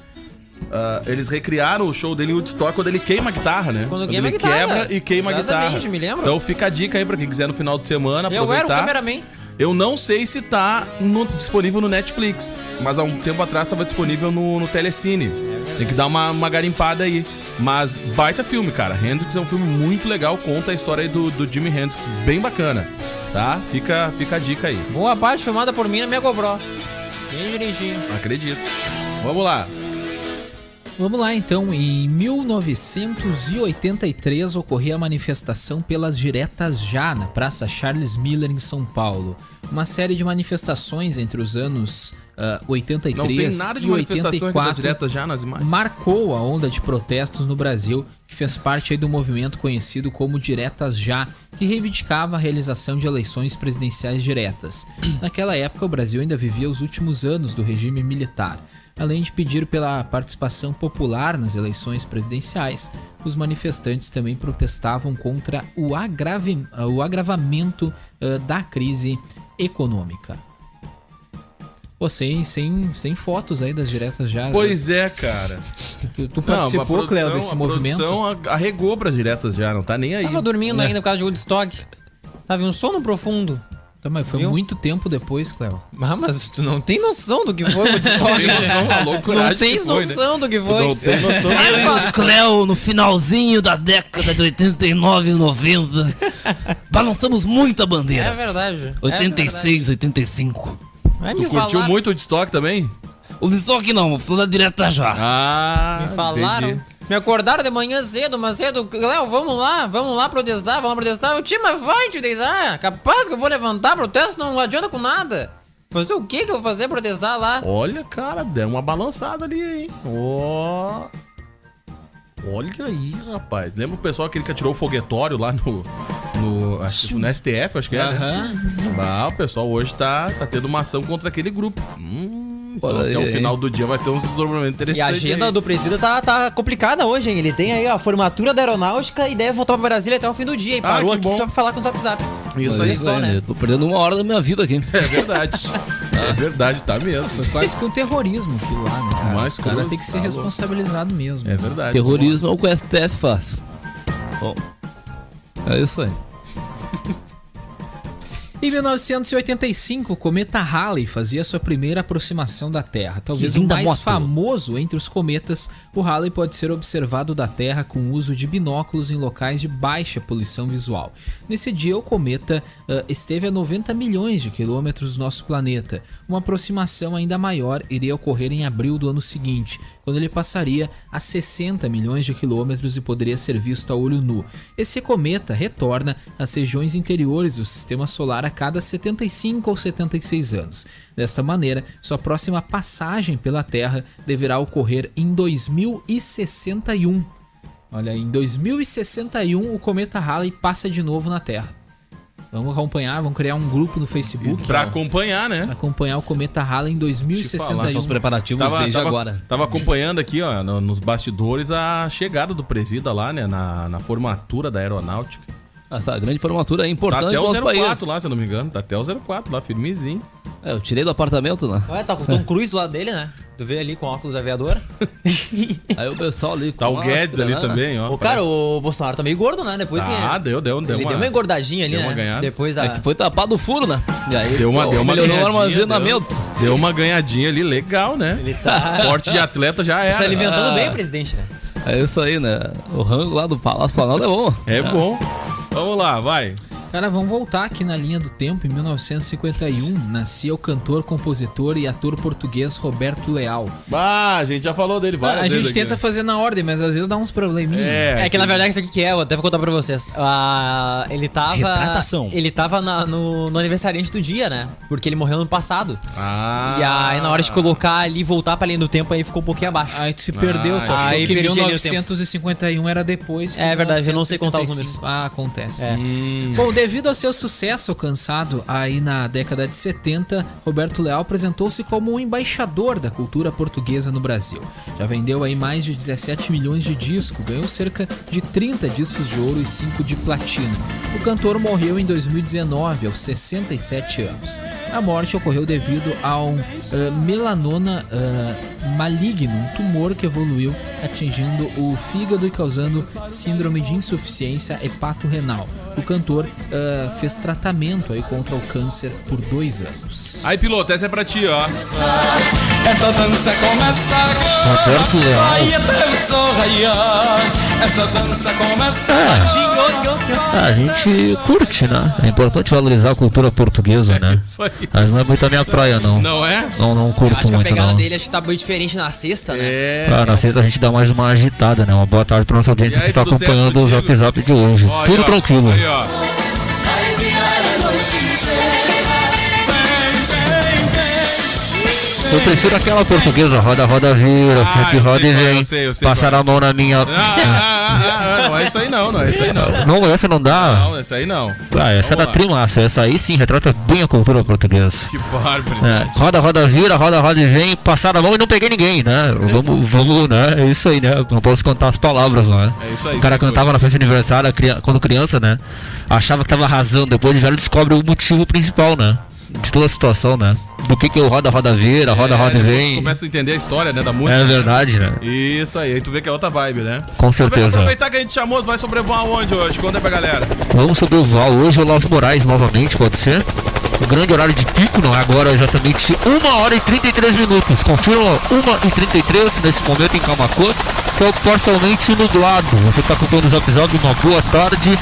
Speaker 4: ah, eles recriaram o show dele em Woodstock quando ele queima a guitarra, né?
Speaker 7: Quando
Speaker 4: ele
Speaker 7: queima a guitarra.
Speaker 4: quebra e queima a
Speaker 7: Exatamente,
Speaker 4: guitarra.
Speaker 7: me lembro.
Speaker 4: Então fica a dica aí pra quem quiser no final de semana aproveitar.
Speaker 7: Eu era o cameraman.
Speaker 4: Eu não sei se tá no- disponível no Netflix, mas há um tempo atrás estava disponível no, no Telecine. Tem que dar uma, uma garimpada aí. Mas baita filme, cara. Hendrix é um filme muito legal, conta a história aí do, do Jimi Hendrix, bem bacana. Tá? Fica, fica a dica aí.
Speaker 7: Boa parte filmada por mim na minha GoPro. Bem direitinho.
Speaker 4: Acredito. Vamos lá.
Speaker 6: Vamos lá então, em 1983 ocorria a manifestação pelas diretas já na Praça Charles Miller em São Paulo. Uma série de manifestações entre os anos ah, 83
Speaker 4: Não tem nada de
Speaker 6: e
Speaker 4: manifestação aqui da
Speaker 6: 84
Speaker 4: direta já nas imagens.
Speaker 6: marcou a onda de protestos no Brasil, que fez parte aí do movimento conhecido como Diretas Já, que reivindicava a realização de eleições presidenciais diretas. <clears throat> Naquela época, o Brasil ainda vivia os últimos anos do regime militar. Além de pedir pela participação popular nas eleições presidenciais, os manifestantes também protestavam contra o, agrave- o agravamento eh, da crise econômica. Pô, sem, sem, sem fotos aí das diretas já. né?
Speaker 4: Pois é, cara.
Speaker 6: Tu, tu
Speaker 4: Não, a
Speaker 6: participou,
Speaker 4: produção-
Speaker 6: Cléo, desse
Speaker 4: a
Speaker 6: movimento?
Speaker 4: produção arregou pras diretas já, não tá nem aí.
Speaker 7: Tava dormindo ainda por causa de Woodstock. Tava em um sono profundo.
Speaker 6: Tá, mas foi
Speaker 7: Viu?
Speaker 6: muito tempo depois, Cléo.
Speaker 7: Ah, mas tu não tem noção do que foi
Speaker 4: <laughs>
Speaker 7: o Woodstock.
Speaker 4: é
Speaker 7: não tens noção do que foi.
Speaker 4: né? Não tem noção.
Speaker 5: o Cleo no finalzinho da década de 89 e 90. Balançamos muito a
Speaker 7: É
Speaker 5: bandeira.
Speaker 7: verdade.
Speaker 5: 86, 85.
Speaker 7: É verdade. Vai me
Speaker 4: Tu curtiu
Speaker 7: falar.
Speaker 4: muito o de estoque também?
Speaker 5: O Vissoc não, falou da direta já.
Speaker 4: Ah,
Speaker 7: Me falaram.
Speaker 4: entendi.
Speaker 7: Me acordaram de manhã cedo, mas cedo. Léo, vamos lá, vamos lá protestar, vamos protestar. Eu, Tia, mas vai te deitar. Capaz que eu vou levantar protesto, não adianta com nada. Fazer o que que eu vou fazer protestar lá?
Speaker 4: Olha, cara, deram uma balançada ali, hein? Ó. Olha aí, rapaz. Lembra o pessoal aquele que atirou o foguetório lá no. No, acho que no STF, acho que é. né? Ah, o pessoal hoje tá, tá tendo uma ação contra aquele grupo. Hum, então
Speaker 5: Olha
Speaker 4: até o
Speaker 5: aí.
Speaker 4: final do dia vai ter uns desdobramentos
Speaker 7: E a
Speaker 4: interessantes.
Speaker 7: agenda
Speaker 4: aí.
Speaker 7: do presídio tá, tá complicada hoje, hein? Ele tem aí a formatura da aeronáutica e deve voltar pra Brasília até o fim do dia, hein?
Speaker 4: Ah,
Speaker 7: Parou
Speaker 4: que
Speaker 7: aqui
Speaker 4: bom.
Speaker 7: só pra falar com o Zap Zap.
Speaker 4: Isso
Speaker 5: Olha
Speaker 4: aí.
Speaker 5: isso
Speaker 7: só,
Speaker 5: aí,
Speaker 7: né?
Speaker 5: né? Ah. Tô perdendo uma hora da minha vida aqui.
Speaker 4: É
Speaker 5: <laughs>
Speaker 4: verdade. É verdade, tá mesmo.
Speaker 6: Quase que um terrorismo aquilo lá, né, cara?
Speaker 4: Mais
Speaker 6: o cara
Speaker 4: cruz,
Speaker 6: tem que ser
Speaker 4: tá louco.
Speaker 6: responsabilizado mesmo.
Speaker 4: É verdade.
Speaker 5: Terrorismo é o que o STF faz. Bom, é isso aí.
Speaker 6: Em 1985, o cometa Halley fazia sua primeira aproximação da Terra. Talvez
Speaker 5: Que
Speaker 6: o
Speaker 5: linda
Speaker 6: mais
Speaker 5: moto.
Speaker 6: famoso entre os cometas, o Halley pode ser observado da Terra com o uso de binóculos em locais de baixa poluição visual. Nesse dia, o cometa ah, esteve a 90 milhões de quilômetros do nosso planeta. Uma aproximação ainda maior iria ocorrer em abril do ano seguinte, quando ele passaria a 60 milhões de quilômetros e poderia ser visto a olho nu. Esse cometa retorna às regiões interiores do sistema solar a cada 75 ou 76 anos. Desta maneira, sua próxima passagem pela Terra deverá ocorrer em 2061. Olha, em 2061 o cometa Halley passa de novo na Terra. Vamos acompanhar, vamos criar um grupo no Facebook
Speaker 4: Pra
Speaker 6: ó,
Speaker 4: acompanhar, né?
Speaker 6: pra acompanhar o cometa Halley em
Speaker 4: Te falar, um
Speaker 5: São os
Speaker 6: 2061.
Speaker 5: preparativos desde agora.
Speaker 4: Tava acompanhando aqui, ó, no- nos bastidores, a chegada do Presida lá, né? Na, na formatura da aeronáutica.
Speaker 5: Ah, tá, grande formatura é
Speaker 4: Tá
Speaker 5: importante
Speaker 4: até
Speaker 5: pro
Speaker 4: o
Speaker 5: nosso
Speaker 4: 04
Speaker 5: país.
Speaker 4: lá, se eu não me engano. Tá até o 04 lá, firmezinho.
Speaker 5: É, eu tirei do apartamento, né?
Speaker 7: Ué, tá com o Tom Cruise do lado dele, né? Tu vê ali com óculos aviador.
Speaker 5: Aí o pessoal ali. com
Speaker 4: Tá o
Speaker 5: máscara,
Speaker 4: Guedes ali
Speaker 5: né?
Speaker 4: também, ó.
Speaker 7: Ô, cara,
Speaker 4: parece.
Speaker 7: o Bolsonaro tá meio gordo, né? Depois que.
Speaker 4: Ah, deu, deu, deu
Speaker 7: ele
Speaker 4: uma...
Speaker 7: deu uma engordadinha ali,
Speaker 4: deu
Speaker 7: né?
Speaker 4: uma ganhada.
Speaker 7: Depois a.
Speaker 5: É que foi tapado o furo, né? E aí
Speaker 4: Deu uma,
Speaker 5: pô,
Speaker 4: deu uma
Speaker 5: melhorou o
Speaker 4: ganhadinha,
Speaker 5: armazenamento.
Speaker 4: Deu, deu uma ganhadinha ali, legal, né? Ele tá... Porte de atleta já
Speaker 7: Se
Speaker 4: era.
Speaker 7: alimentando
Speaker 5: Ah.
Speaker 7: tá bem, presidente, né?
Speaker 5: É isso aí, né? O rango lá do Palácio Planalto é bom.
Speaker 4: É bom. Vamos lá, vai.
Speaker 6: Cara, vamos voltar aqui na linha do tempo. Em 1951, nascia o cantor, compositor e ator português Roberto Leal.
Speaker 4: Ah, a gente já falou dele várias
Speaker 6: a
Speaker 4: vezes
Speaker 6: gente
Speaker 4: aqui,
Speaker 6: tenta
Speaker 4: né?
Speaker 6: fazer na ordem, mas às vezes dá uns probleminhas.
Speaker 4: É,
Speaker 7: É que na verdade isso aqui que é, eu até vou contar pra vocês. Ah, ele tava.
Speaker 5: Retratação.
Speaker 7: Ele tava na- no, no aniversariante do dia, né? Porque ele morreu no passado.
Speaker 4: Ah.
Speaker 7: E aí, na hora de colocar ali, voltar pra linha do tempo, aí ficou um pouquinho abaixo.
Speaker 6: Aí tu se perdeu,
Speaker 4: Ah,
Speaker 6: tu achou
Speaker 7: aí
Speaker 6: que
Speaker 7: perdeu ali o
Speaker 6: 1951 era depois. que
Speaker 7: É verdade, eu não sei contar os
Speaker 6: 1975. Ah, acontece.
Speaker 7: É.
Speaker 4: Hum.
Speaker 6: Bom, devido ao seu sucesso alcançado aí na década de 70, Roberto Leal apresentou-se como um embaixador da cultura portuguesa no Brasil. Já vendeu aí mais de 17 milhões de discos, ganhou cerca de 30 discos de ouro e 5 de platina. O cantor morreu em 2019, aos 67 anos. A morte ocorreu devido a um eh, melanona eh, maligno, um tumor que evoluiu atingindo o fígado e causando síndrome de insuficiência hepato-renal. O cantor eh, fez tratamento aí contra o câncer por dois anos.
Speaker 4: Aí, piloto, essa é pra ti, ó.
Speaker 1: Esta dança começa
Speaker 5: Roberto Leal.
Speaker 1: Ai, até o sol raiar. Esta dança começa
Speaker 5: É. Ah, a gente curte, né? É importante valorizar a cultura portuguesa, né?
Speaker 4: Isso aí.
Speaker 5: Mas não é muito a minha praia, não.
Speaker 4: Não é?
Speaker 5: Não, não curto
Speaker 7: acho que a
Speaker 5: muito,
Speaker 7: pegada
Speaker 5: não.
Speaker 7: dele acho que tá bem diferente na sexta, né?
Speaker 4: É.
Speaker 5: Ah, não sei se a gente dá mais uma agitada, né? Uma boa tarde pra nossa
Speaker 4: E
Speaker 5: audiência
Speaker 4: aí,
Speaker 5: que está
Speaker 4: tudo certo
Speaker 5: acompanhando o
Speaker 4: contigo?
Speaker 5: Zap Zap de hoje.
Speaker 4: Ó, aí,
Speaker 5: Tudo
Speaker 4: ó.
Speaker 5: tranquilo.
Speaker 4: Aí, ó.
Speaker 5: Eu prefiro aquela portuguesa, roda, roda, vira, sempre
Speaker 4: eu sei
Speaker 5: roda e
Speaker 4: qual é,
Speaker 5: vem.
Speaker 4: eu sei, eu sei
Speaker 5: Passar
Speaker 4: qual é.
Speaker 5: a mão na minha.
Speaker 4: Ah, ah, ah, ah, ah, não é isso aí não, não é isso aí não.
Speaker 5: Não, essa não dá.
Speaker 4: Não, essa aí não.
Speaker 5: Ah, essa é
Speaker 4: Vamos
Speaker 5: da
Speaker 4: lá.
Speaker 5: Trimassa, essa aí sim retrata bem a cultura portuguesa.
Speaker 4: Que bárbaro.
Speaker 5: É, roda, roda, vira, roda, roda e vem, passar a mão e não peguei ninguém, né? Vamos, vamos, né? É isso aí, né? Não posso contar as palavras lá. né?
Speaker 4: É isso aí,
Speaker 5: O cara
Speaker 4: isso aí,
Speaker 5: cantava na festa de aniversário a cria- quando criança, né? Achava que tava arrasando, depois de velho descobre o motivo principal, né? De toda a situação, né? Do que que o roda, roda, vira, roda,
Speaker 4: É,
Speaker 5: roda e
Speaker 4: depois tu
Speaker 5: vem.
Speaker 4: Começa a entender a história, né, da música.
Speaker 5: É verdade, né?
Speaker 4: Isso aí, aí tu vê que é outra vibe, né?
Speaker 5: Com certeza.
Speaker 4: Aproveitar que a gente chamou, tu vai sobrevoar onde hoje? Conta aí pra galera.
Speaker 5: Vamos sobre o Val hoje, Olavo Moraes novamente, pode ser? O grande horário de pico, não é agora exatamente 1 hora e 33 minutos. Confirma 1 e 33 nesse momento em Camacô. Só tá parcialmente nublado. Você está acompanhando o Zap Zap, uma boa tarde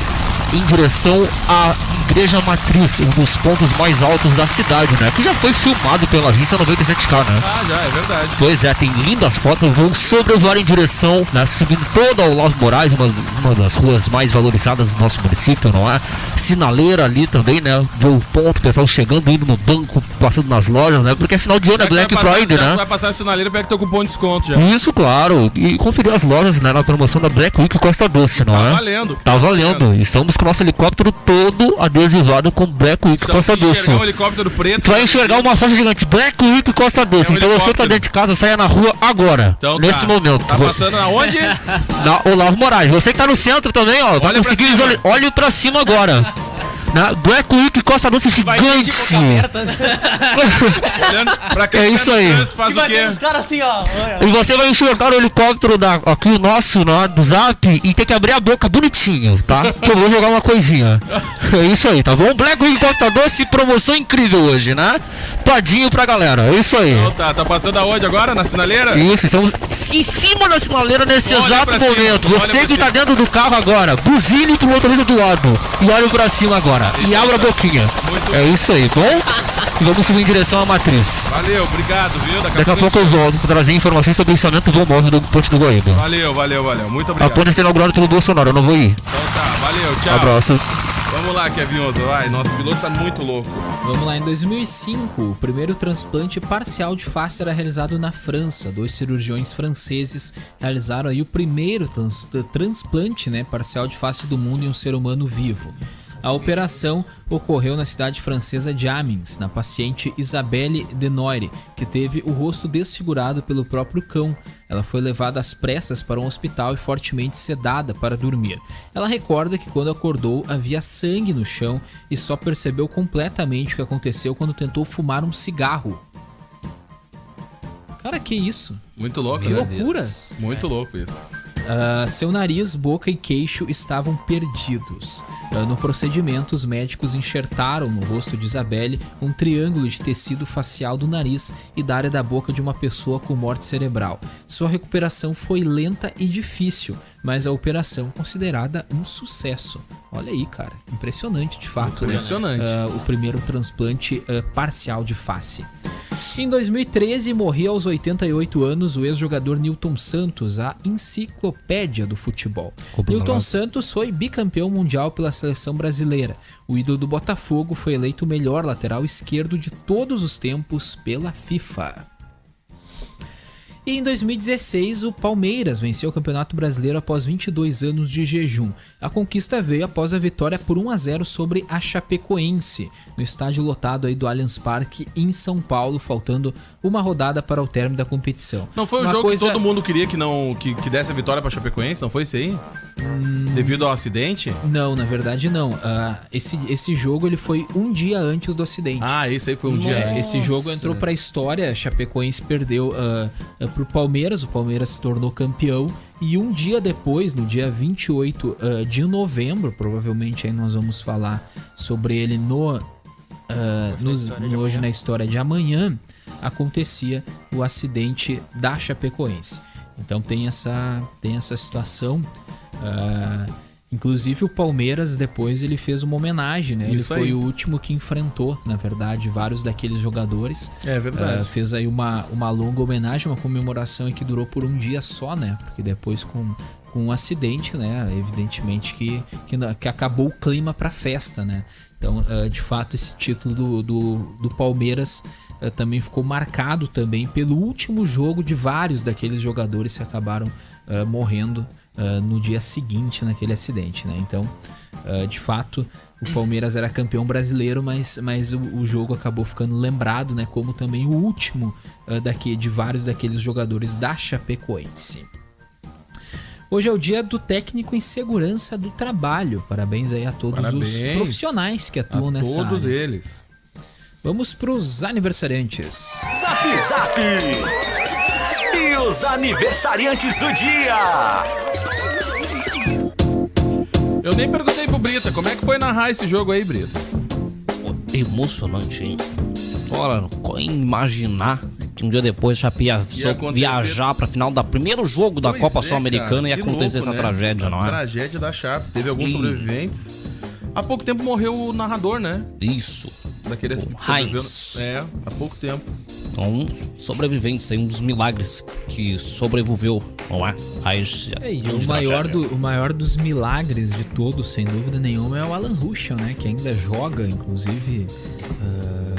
Speaker 5: em direção a Igreja Matriz, um dos pontos mais altos da cidade, né? Que já foi filmado pela Vista 97K, né?
Speaker 4: Ah, já, é verdade.
Speaker 5: Pois é, tem lindas fotos, vão sobrevoar em direção, né, subindo toda ao Olavo Moraes, uma, uma das ruas mais valorizadas do nosso município, não é? Sinaleira ali também, né? Vê o ponto, o pessoal chegando, indo no banco, passando nas lojas, né? Porque é final de ano, é
Speaker 4: Já que
Speaker 5: Black
Speaker 4: vai passar-
Speaker 5: Friday,
Speaker 4: já que
Speaker 5: né?
Speaker 4: Vai passar a sinaleira, pega teu cupom de desconto já.
Speaker 5: Isso, claro. E conferir as lojas né, na promoção da Black Week Costa Doce, não
Speaker 4: Tá
Speaker 5: é?
Speaker 4: valendo.
Speaker 5: Tá valendo. Estamos com o nosso helicóptero todo adesivado com Black Week
Speaker 4: Então, se
Speaker 5: Costa Doce.
Speaker 4: enxergar um helicóptero preto.
Speaker 5: Tu vai enxergar uma faixa gigante Black Week Costa Doce.
Speaker 4: É um
Speaker 5: então você que tá
Speaker 4: helicóptero.
Speaker 5: dentro de casa, saia na rua agora.
Speaker 4: Então,
Speaker 5: nesse
Speaker 4: tá.
Speaker 5: momento.
Speaker 4: Tá passando aonde?
Speaker 5: Na Olavo Moraes. Você que tá no centro também, ó. Vai
Speaker 4: Olha pra
Speaker 5: conseguir
Speaker 4: cima.
Speaker 5: visualizar. Olhe pra cima
Speaker 4: <laughs>
Speaker 5: agora. Na Black Week Costa Doce
Speaker 9: Vai ter de
Speaker 4: tipo
Speaker 9: boca
Speaker 4: um
Speaker 5: gigante.
Speaker 9: aberta.
Speaker 4: Olhando pra quem
Speaker 5: É
Speaker 4: tá no
Speaker 5: isso aí.
Speaker 4: trânsito, Faz
Speaker 9: E
Speaker 4: o
Speaker 9: vai
Speaker 4: quê?
Speaker 9: ter uns caras assim, ó. olha.
Speaker 5: E você vai enxergar o helicóptero da, aqui, o nosso, né, do Zap, e tem que abrir a boca bonitinho, tá? Que eu vou jogar uma coisinha. É isso aí, tá bom? Black Wing Costa Doce, promoção incrível hoje, né? Tadinho pra galera, é isso aí.
Speaker 4: Então tá, tá passando aonde agora? Na sinaleira?
Speaker 5: Isso, estamos em cima da sinaleira nesse
Speaker 4: Olha
Speaker 5: exato
Speaker 4: pra cima,
Speaker 5: momento.
Speaker 4: olha
Speaker 5: Você
Speaker 4: pra
Speaker 5: que tá
Speaker 4: cima.
Speaker 5: dentro do carro agora, buzine pro motorista do lado e olhe pra cima agora. E abra a boquinha.
Speaker 4: Muito
Speaker 5: É isso aí, bom? E vamos subir em direção à matriz.
Speaker 4: Valeu, obrigado, viu?
Speaker 5: Daqui a pouco eu volto pra trazer informações sobre o iniciamento do móvel do Ponte do Guaíba.
Speaker 4: Valeu, valeu, valeu. Muito
Speaker 5: A
Speaker 4: obrigado.
Speaker 5: ponte será inaugurada pelo Bolsonaro, eu não vou ir.
Speaker 4: Então tá, valeu, tchau.
Speaker 5: Abraço.
Speaker 4: Vamos lá, Kevin Oso. Vai, nosso piloto tá muito louco.
Speaker 6: Vamos lá, em 2005, o primeiro transplante parcial de face era realizado na França. Dois cirurgiões franceses realizaram aí o primeiro trans- tr- transplante né, parcial de face do mundo em um ser humano vivo. A operação ocorreu na cidade francesa de Amiens, na paciente Isabelle Denoire, que teve o rosto desfigurado pelo próprio cão. Ela foi levada às pressas para um hospital e fortemente sedada para dormir. Ela recorda que quando acordou havia sangue no chão e só percebeu completamente o que aconteceu quando tentou fumar um cigarro. Cara, que isso?
Speaker 4: Muito louco,
Speaker 6: Que
Speaker 4: né?
Speaker 6: loucura!
Speaker 4: Muito louco isso.
Speaker 6: Ah, seu nariz, boca e queixo estavam perdidos. Ah, no procedimento, os médicos enxertaram no rosto de Isabelle um triângulo de tecido facial do nariz e da área da boca de uma pessoa com morte cerebral. Sua recuperação foi lenta e difícil, mas a operação considerada um sucesso. Olha aí, cara, impressionante de fato, né?
Speaker 4: Impressionante.
Speaker 6: Ah, o primeiro transplante ah, parcial de face. Em 2013, morria aos 88 anos o ex-jogador Newton Santos, a enciclopédia do futebol.
Speaker 5: Complicado.
Speaker 6: Newton Santos foi bicampeão mundial pela seleção brasileira. O ídolo do Botafogo foi eleito o melhor lateral esquerdo de todos os tempos pela FIFA. E em 2016, o Palmeiras venceu o Campeonato Brasileiro após 22 anos de jejum. A conquista veio após a vitória por 1 a 0 sobre a Chapecoense, no estádio lotado aí do Allianz Parque em São Paulo, faltando uma rodada para o término da competição.
Speaker 4: Não foi um
Speaker 6: Uma
Speaker 4: jogo
Speaker 6: coisa-
Speaker 4: que todo mundo queria que não que, que desse a vitória pra Chapecoense? Não foi isso aí?
Speaker 6: Hum.
Speaker 4: Devido ao acidente?
Speaker 6: Não, na verdade não. Ah, esse, esse jogo ele foi um dia antes do acidente.
Speaker 4: Ah, isso aí foi um dia.
Speaker 6: É,
Speaker 4: antes.
Speaker 6: esse jogo entrou pra história. Chapecoense perdeu ah, ah, pro Palmeiras, o Palmeiras se tornou campeão. E um dia depois, no dia 28 ah, de novembro, provavelmente aí nós vamos falar sobre ele no, ah, nos- no Hoje na História de Amanhã, acontecia o acidente da Chapecoense. Então tem essa, tem essa situação. ah, inclusive o Palmeiras depois ele fez uma homenagem, né? ele
Speaker 4: Isso
Speaker 6: foi
Speaker 4: aí.
Speaker 6: o o último que enfrentou, na verdade, vários daqueles jogadores.
Speaker 4: É verdade.
Speaker 6: Ah, fez aí uma, uma longa homenagem, uma comemoração aí que durou por um dia só, né? Porque depois com, com um acidente, né? Evidentemente que, que, na- que acabou o clima pra festa, né? Então, ah, de fato, esse título do, do, do Palmeiras ah, também ficou marcado também pelo último jogo de vários daqueles jogadores que acabaram ah, morrendo ah, no dia seguinte naquele acidente, né? Então, ah, de fato, o Palmeiras era campeão brasileiro, mas, mas o, o jogo acabou ficando lembrado, né? Como também o último ah, daqui, de vários daqueles jogadores da Chapecoense. Hoje é o dia do técnico em segurança do trabalho. Parabéns aí a todos os
Speaker 4: Parabéns
Speaker 6: profissionais que
Speaker 4: A
Speaker 6: atuam Tá nessa
Speaker 4: todos
Speaker 6: área.
Speaker 4: eles.
Speaker 6: Vamos para os aniversariantes.
Speaker 8: Zap Zap! E os aniversariantes do dia!
Speaker 4: Eu nem perguntei pro Brita, como é que foi narrar esse jogo aí, Brita?
Speaker 9: Emocionante, hein? Olha, quem imaginar que um dia depois o Chape ia só
Speaker 4: acontecer-
Speaker 9: viajar pra final do primeiro jogo da
Speaker 4: Pois
Speaker 9: Copa
Speaker 4: é,
Speaker 9: Sul-Americana
Speaker 4: cara,
Speaker 9: e
Speaker 4: que
Speaker 9: acontecer
Speaker 4: louco,
Speaker 9: essa
Speaker 4: né?
Speaker 9: tragédia, não é?
Speaker 4: Tragédia da Chape. Teve alguns
Speaker 9: Ih.
Speaker 4: sobreviventes. Há pouco tempo morreu o narrador, né?
Speaker 9: Isso.
Speaker 4: Daquele
Speaker 9: O
Speaker 4: que sobreviveu-
Speaker 9: Heinz.
Speaker 4: É, há pouco tempo.
Speaker 9: Então, sobrevivência é um dos milagres que sobreviveu, não é? Aí,
Speaker 6: É, e o maior, do, o maior dos milagres de todos, sem dúvida nenhuma, é o Alan Ruschel, né? Que ainda joga, inclusive, ah,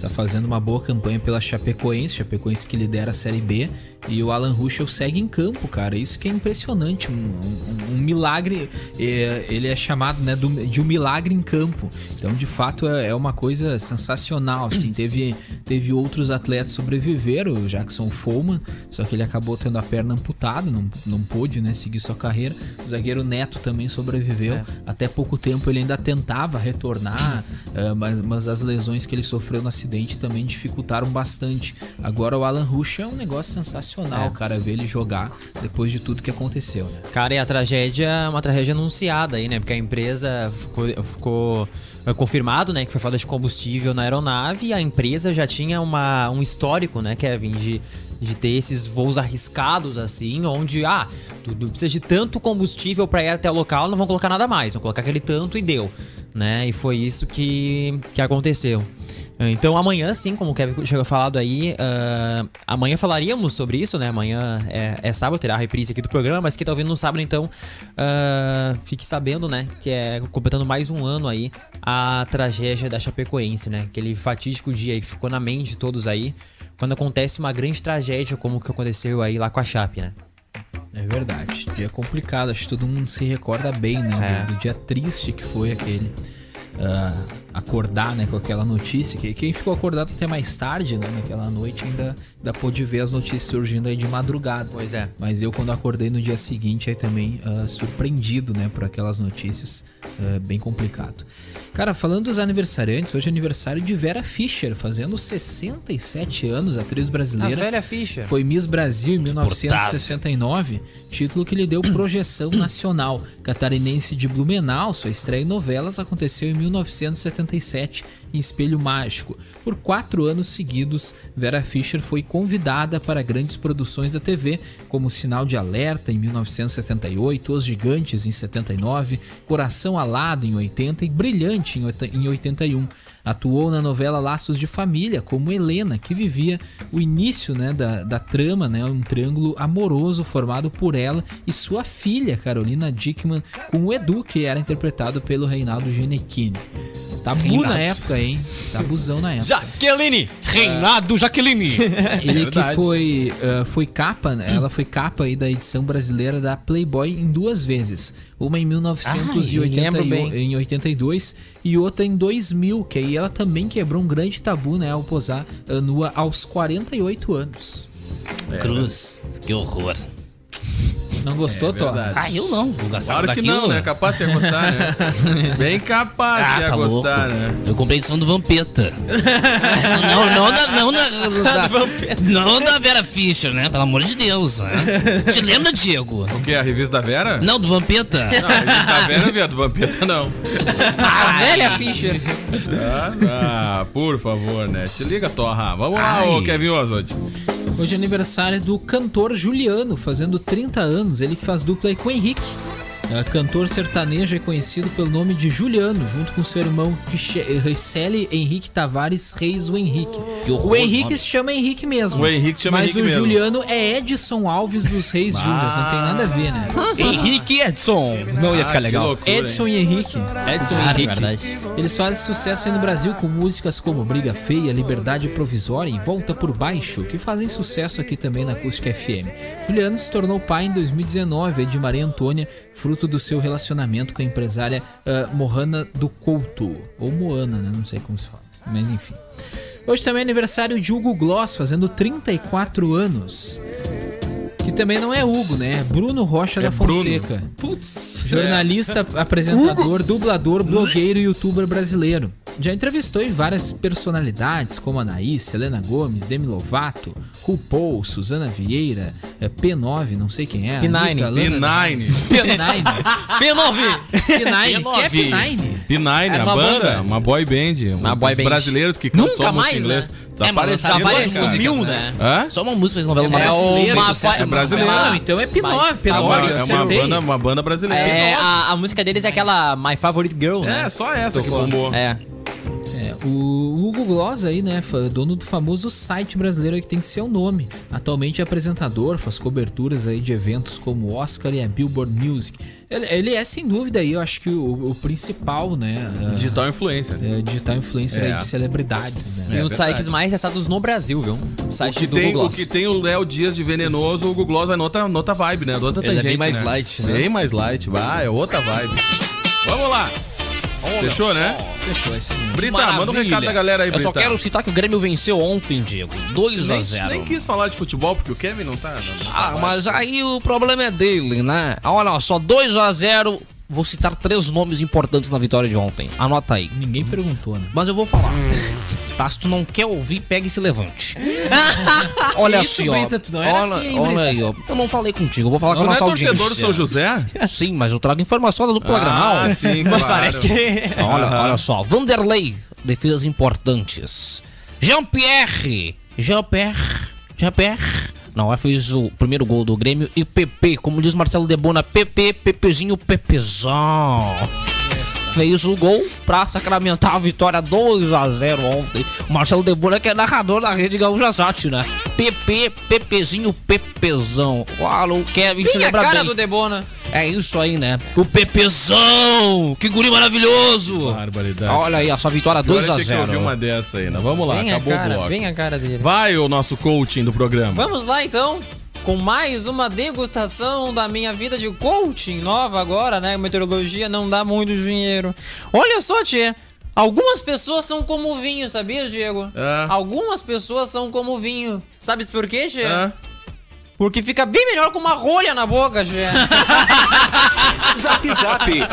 Speaker 6: tá fazendo uma boa campanha pela Chapecoense, Chapecoense que lidera a Série B, e o Alan Ruschel segue em campo, cara. Isso que é impressionante, um, um- um milagre, é, ele é chamado né, do- de um milagre em campo. Então, de fato, é, é uma coisa sensacional, assim. Teve, teve outros atletas sobreviveram, o Jackson Foman, só que ele acabou tendo a perna amputada, não, não pôde né, seguir sua carreira. O zagueiro Neto também sobreviveu.
Speaker 7: É.
Speaker 6: Até pouco tempo ele ainda tentava retornar, eh, mas, mas as lesões que ele sofreu no acidente também dificultaram bastante. Agora o Alan Rush é um negócio
Speaker 7: É.
Speaker 6: sensacional, cara, ver ele jogar depois de tudo que aconteceu, né?
Speaker 7: Cara, e a tragédia, é uma tragédia anunciada aí, né? Porque a empresa ficou, ficou é, confirmado, né, que foi falta de combustível na aeronave e a empresa já tinha uma, um histórico, né, Kevin, de, de ter esses voos arriscados assim, onde ah, tu, tu precisa de tanto combustível pra ir até o local, não vão colocar nada mais, vão colocar aquele tanto e deu, né? E foi isso que que aconteceu. Então amanhã, sim, como o Kevin chegou falado aí, ah, amanhã falaríamos sobre isso, né? Amanhã é, é sábado, terá a reprise aqui do programa, mas quem tá ouvindo no sábado, então, ah, fique sabendo, né? Que é completando mais um ano aí a tragédia da Chapecoense, né? Aquele fatídico dia aí que ficou na mente de todos aí, quando acontece uma grande tragédia como o que aconteceu aí lá com a Chape, né?
Speaker 6: É verdade. Dia complicado, acho que todo mundo se recorda bem, né?
Speaker 7: É.
Speaker 6: Do, do dia triste que foi aquele. ah, acordar, né, com aquela notícia. Que quem ficou acordado até mais tarde, né? Naquela noite ainda, ainda pôde ver as notícias surgindo aí de madrugada.
Speaker 7: Pois é.
Speaker 6: Mas eu, quando acordei no dia seguinte, aí também ah, surpreendido, né, por aquelas notícias, ah, bem complicado. Cara, falando dos aniversariantes, hoje é aniversário de Vera Fischer, fazendo 67 anos, atriz brasileira.
Speaker 7: ficha.
Speaker 6: Foi Miss Brasil em 1969, título que lhe deu projeção nacional. Catarinense de Blumenau, sua estreia em novelas aconteceu em 1977, em Espelho Mágico. Por quatro anos seguidos, Vera Fischer foi convidada para grandes produções da TV, como Sinal de Alerta em 1978, Os Gigantes em 79, Coração Alado em 80 e Brilhante em oita- em 81. Atuou na novela Laços de Família como Helena, que vivia o início né, da, da trama, né, um triângulo amoroso formado por ela e sua filha, Carolina Dickman, com o Edu, que era interpretado pelo Reinaldo Genechini. Tabu na
Speaker 9: Reinaldo.
Speaker 6: época, hein? Tabuzão na época.
Speaker 9: Jaqueline! Reinado Jaqueline!
Speaker 7: É
Speaker 6: Ele que
Speaker 4: verdade.
Speaker 6: foi, ah, foi capa, né? ela foi capa aí da edição brasileira da Playboy em duas vezes. Uma em
Speaker 7: Ah, eu
Speaker 6: 1981,
Speaker 7: lembro bem.
Speaker 6: em 82 e outra em 2000, que aí ela também quebrou um grande tabu, né, ao posar ah, nua aos 48 anos.
Speaker 9: Cruz, que horror.
Speaker 6: Não
Speaker 7: É
Speaker 6: gostou, Tó?
Speaker 4: verdade.
Speaker 9: Ah, eu não, vou gastar
Speaker 4: Claro que
Speaker 9: daquilo,
Speaker 5: um,
Speaker 4: não, né? Capaz que ia gostar, né? Bem capaz
Speaker 9: Ah,
Speaker 4: que ia
Speaker 9: tá louco.
Speaker 4: gostar, né?
Speaker 9: Eu comprei edição
Speaker 4: <laughs>
Speaker 9: do Vampeta. não, não, da, não, da, da, não da Vera Fischer, né? Pelo amor de Deus. Né? Te lembra, Diego?
Speaker 4: O que? A revista da Vera?
Speaker 9: Não,
Speaker 4: <laughs>
Speaker 9: do Vampeta.
Speaker 4: Não, a revista da Vera, viado, Vampeta não.
Speaker 7: A velha Fischer.
Speaker 4: Ah, ah, por favor, né? Te liga, Torra. Vamos lá, ô Kevin Oswald.
Speaker 6: Hoje é aniversário do cantor Juliano, fazendo 30 anos, ele que faz dupla aí com o Henrique. É, cantor sertanejo é conhecido pelo nome de Juliano, junto com seu irmão Riche- Richelle Henrique Tavares Reis, o Henrique.
Speaker 9: Que horror,
Speaker 6: o Henrique
Speaker 9: nome.
Speaker 6: se chama Henrique mesmo.
Speaker 4: O Henrique chama
Speaker 6: mas
Speaker 4: Henrique
Speaker 6: o
Speaker 4: mesmo.
Speaker 6: Juliano é Edson Alves dos
Speaker 4: <laughs>
Speaker 6: Reis Júnior, não tem nada a ver, né?
Speaker 9: Henrique Edson. Não
Speaker 5: É
Speaker 9: ia ficar legal.
Speaker 4: loucura,
Speaker 6: Edson e Henrique.
Speaker 9: Edson
Speaker 6: Ah,
Speaker 9: Henrique.
Speaker 6: verdade. Eles fazem sucesso aí no Brasil com músicas como Briga Feia, Liberdade Provisória e Volta por Baixo, que fazem sucesso aqui também na Acústica FM. Juliano se tornou pai em 2019 aí de Maria Antônia, fruto do seu relacionamento com a empresária ah, Mohana do Couto. Ou Moana, né? Não sei como se fala. Mas enfim. Hoje também é aniversário de Hugo Gloss, fazendo 34 anos. Que também não é Hugo, né? É Bruno Rocha da
Speaker 4: Bruno. É.
Speaker 6: Fonseca.
Speaker 9: Putz.
Speaker 6: Jornalista, apresentador, dublador, blogueiro e youtuber brasileiro. Já entrevistou em várias personalidades, como Anaís, Selena Gomes, Demi Lovato, culpou Suzana Vieira, é, P9, não sei quem é.
Speaker 10: P9.
Speaker 6: Anitta, Lana-
Speaker 4: P9.
Speaker 6: P9.
Speaker 10: P9!
Speaker 9: Ah,
Speaker 4: <laughs>
Speaker 6: P9. Que é
Speaker 10: P9?
Speaker 6: P9?
Speaker 4: P9,
Speaker 10: Era
Speaker 4: a
Speaker 10: uma
Speaker 4: banda,
Speaker 10: banda.
Speaker 4: uma boy band.
Speaker 10: Uma
Speaker 4: um
Speaker 10: boy
Speaker 4: dos
Speaker 10: band.
Speaker 4: brasileiros que cantam
Speaker 10: Nunca
Speaker 4: só música
Speaker 10: mais,
Speaker 4: em inglês.
Speaker 10: né?
Speaker 9: É, mas
Speaker 4: Desaparecido,
Speaker 9: várias
Speaker 4: cara.
Speaker 9: músicas,
Speaker 10: Sumiu,
Speaker 9: né?
Speaker 10: né?
Speaker 4: Hã?
Speaker 9: Só uma música fez novela
Speaker 10: É o-
Speaker 9: maravilhosa.
Speaker 10: uma-
Speaker 4: Isso é brasileiro.
Speaker 6: Não, então é P9,
Speaker 4: É uma-
Speaker 6: P9, eu
Speaker 4: é uma
Speaker 6: acertei.
Speaker 4: banda, uma banda brasileira.
Speaker 10: É, a, a música deles é aquela My Favorite Girl, né?
Speaker 4: É, só essa que bombou.
Speaker 10: É.
Speaker 6: É, o Hugo Gloss aí, né, fa- dono do famoso site brasileiro aí que tem seu nome. Atualmente é apresentador, faz coberturas aí de eventos como o Oscar e a Billboard Music. Ele, ele é sem dúvida aí, eu acho que o, o principal, né,
Speaker 4: Digital influencer. né?
Speaker 6: é, é, digital influencer
Speaker 4: É.
Speaker 6: aí de celebridades, né.
Speaker 10: E um
Speaker 4: verdade.
Speaker 10: dos sites mais acessados no Brasil, viu?
Speaker 7: Um
Speaker 10: O
Speaker 4: O
Speaker 10: site
Speaker 4: que,
Speaker 10: do Google
Speaker 4: tem, o
Speaker 10: Gloss.
Speaker 4: que tem o Léo Dias de venenoso, o Google Gloss vai noutra, noutra vibe, né? Outra
Speaker 9: Ele é
Speaker 4: tangente,
Speaker 9: bem mais
Speaker 4: né?
Speaker 9: light, né?
Speaker 4: Bem mais light, vai, é outra vibe. Vamos lá. Fechou, né?
Speaker 6: Fechou, é isso mesmo.
Speaker 4: Brita, manda um recado da galera aí,
Speaker 9: Eu
Speaker 4: Brita.
Speaker 9: só quero citar que o Grêmio venceu ontem, Diego. 2 a
Speaker 4: nem,
Speaker 9: 0
Speaker 4: nem quis falar de futebol, porque o Kevin não tá... não-
Speaker 9: Ah, mas aí o problema é dele, né? Olha só, 2 a 0 Vou citar três nomes importantes na vitória de ontem. Anota aí.
Speaker 6: Ninguém perguntou, né.
Speaker 9: Mas eu vou falar.
Speaker 4: Hum.
Speaker 9: Tá, se tu não quer ouvir, pega e
Speaker 4: <laughs>
Speaker 9: se levante. olha
Speaker 6: Isso,
Speaker 9: assim, ó.
Speaker 6: Brita, tu não era
Speaker 9: olha
Speaker 6: assim, hein,
Speaker 9: olha aí, ó. Eu não falei contigo, eu vou falar com
Speaker 4: Não,
Speaker 9: a
Speaker 4: não é
Speaker 9: nossa
Speaker 4: torcedor do São
Speaker 9: audiência.
Speaker 4: José?
Speaker 9: Sim, mas eu trago informação do programa.
Speaker 4: Ah, sim, claro.
Speaker 9: é
Speaker 10: que...
Speaker 9: Olha,
Speaker 4: Aham.
Speaker 9: olha só, Vanderlei, defesas importantes. Jean-Pierre, Jean-Pierre, Jean-Pierre. Não, aí fez o primeiro gol do Grêmio e PP, como diz Marcelo Debona, PP, PPzinho, Pepezão. Fez o gol pra sacramentar a vitória 2 a 0 ontem. O Marcelo Debona que é narrador da Rede Gaúcha Sat, né? PP, PPzinho, Pepezão. Olha, o Kevin se
Speaker 10: Tem a
Speaker 9: lembra
Speaker 10: cara
Speaker 9: bem.
Speaker 10: do Debona.
Speaker 9: É isso aí, né? O Pepezão! Que guri maravilhoso!
Speaker 4: Barbaridade.
Speaker 9: Olha aí, a sua vitória
Speaker 4: Agora a gente tem que
Speaker 9: 2x0.
Speaker 4: ouvir uma dessa aí, né? Vamos lá,
Speaker 10: Vem a
Speaker 4: acabou o
Speaker 10: cara,
Speaker 4: bloco.
Speaker 10: vem a cara dele.
Speaker 4: Vai o nosso coaching do programa.
Speaker 10: Vamos lá então com mais uma degustação da minha vida de coaching nova agora, né? Meteorologia não dá muito dinheiro. Olha só, tia. Algumas pessoas são como o vinho, sabia, Diego?
Speaker 4: É.
Speaker 10: Algumas pessoas são como o vinho. Sabes por quê, tia?
Speaker 4: Hã?
Speaker 10: Porque fica bem melhor com uma rolha na
Speaker 4: <laughs>
Speaker 10: boca, tia.
Speaker 3: Zap Zap.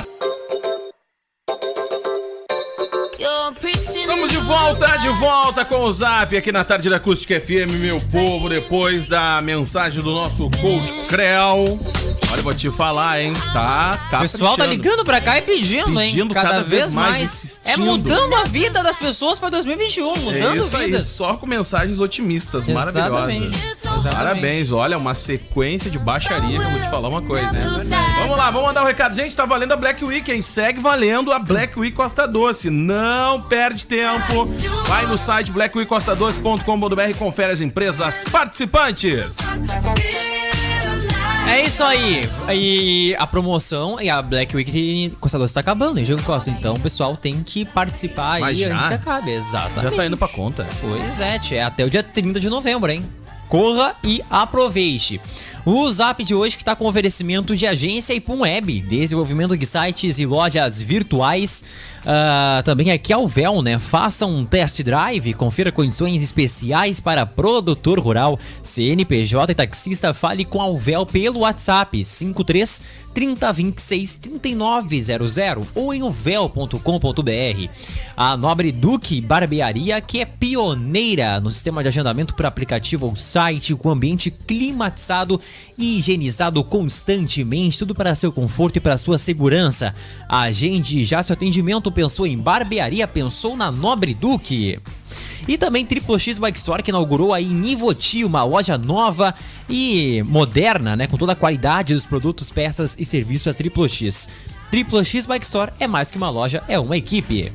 Speaker 4: Estamos de volta, de volta com o Zap aqui na tarde da Acústica FM, meu povo. Depois da mensagem do nosso coach Creu. Olha, eu vou te falar, hein? Tá, tá.
Speaker 10: O pessoal tá ligando pra cá e pedindo, hein?
Speaker 4: Pedindo
Speaker 10: Cada,
Speaker 4: cada
Speaker 10: vez,
Speaker 4: vez mais,
Speaker 10: mais. é
Speaker 4: insistindo.
Speaker 10: mudando a vida das pessoas pra 2021,
Speaker 4: É
Speaker 10: mudando
Speaker 4: isso aí,
Speaker 10: vidas.
Speaker 4: só com mensagens otimistas, maravilhosas.
Speaker 10: Exatamente.
Speaker 4: Parabéns, olha, uma sequência de baixaria que eu vou te falar uma coisa. Vamos lá, vamos mandar um recado. Gente, tá valendo a Black Week, hein? Segue valendo a Black Week Costa Doce. Não perde tempo. Vai no site blackweekcostadoce.com.br e confere as empresas participantes.
Speaker 10: É isso aí. E a promoção e a Black Week Costa Doce tá acabando, hein, Diego Costa? Então o pessoal tem que participar
Speaker 4: Mas
Speaker 10: aí
Speaker 4: já?
Speaker 10: antes que acabe. Exatamente.
Speaker 4: Já tá indo pra conta.
Speaker 10: Pois é, tia. é até o dia 30 de novembro, hein? Corra e aproveite. O Zap de hoje que tá com oferecimento de agência Ipum Web, desenvolvimento de sites e lojas virtuais. Ah, também aqui ao véu, né? Faça um test drive, confira condições especiais para produtor rural, CNPJ e taxista. Fale com a Véu pelo WhatsApp 53 3026 3900 ou em ovel.com.br. A Nobre Duque Barbearia, que é pioneira no sistema de agendamento por aplicativo ou site, com ambiente climatizado e higienizado constantemente, tudo para seu conforto e para sua segurança. Agende já seu atendimento, pensou em barbearia, pensou na Nobre Duque. E também Triple X Bike Store que inaugurou aí em Ivoti uma loja nova e moderna, né, com toda a qualidade dos produtos, peças e serviço da Triple X. Triple X Bike Store é mais que uma loja, é uma equipe.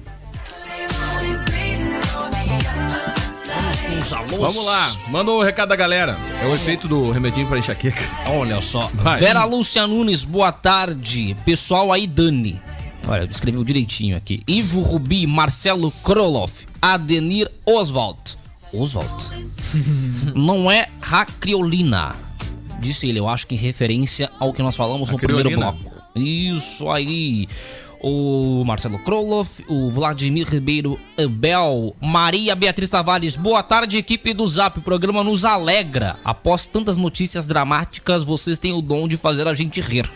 Speaker 9: Os alôs.
Speaker 4: Vamos lá, manda o recado da galera. É o efeito do remedinho pra enxaqueca.
Speaker 9: Olha só.
Speaker 4: Vai.
Speaker 9: Vera Lúcia Nunes, boa tarde. Pessoal aí, Dani. Olha, escreveu direitinho aqui. Ivo Rubi, Marcelo Kroloff, Adenir Oswald. Oswald. Não é racriolina. Disse ele, eu acho que em referência ao que nós falamos no primeiro
Speaker 4: Racriolina.
Speaker 9: bloco. Isso aí. O Marcelo Kroloff, o Vladimir Ribeiro Abel, Maria Beatriz Tavares. Boa tarde, equipe do Zap. O programa nos alegra. Após tantas notícias dramáticas, vocês têm o dom de fazer a gente rir.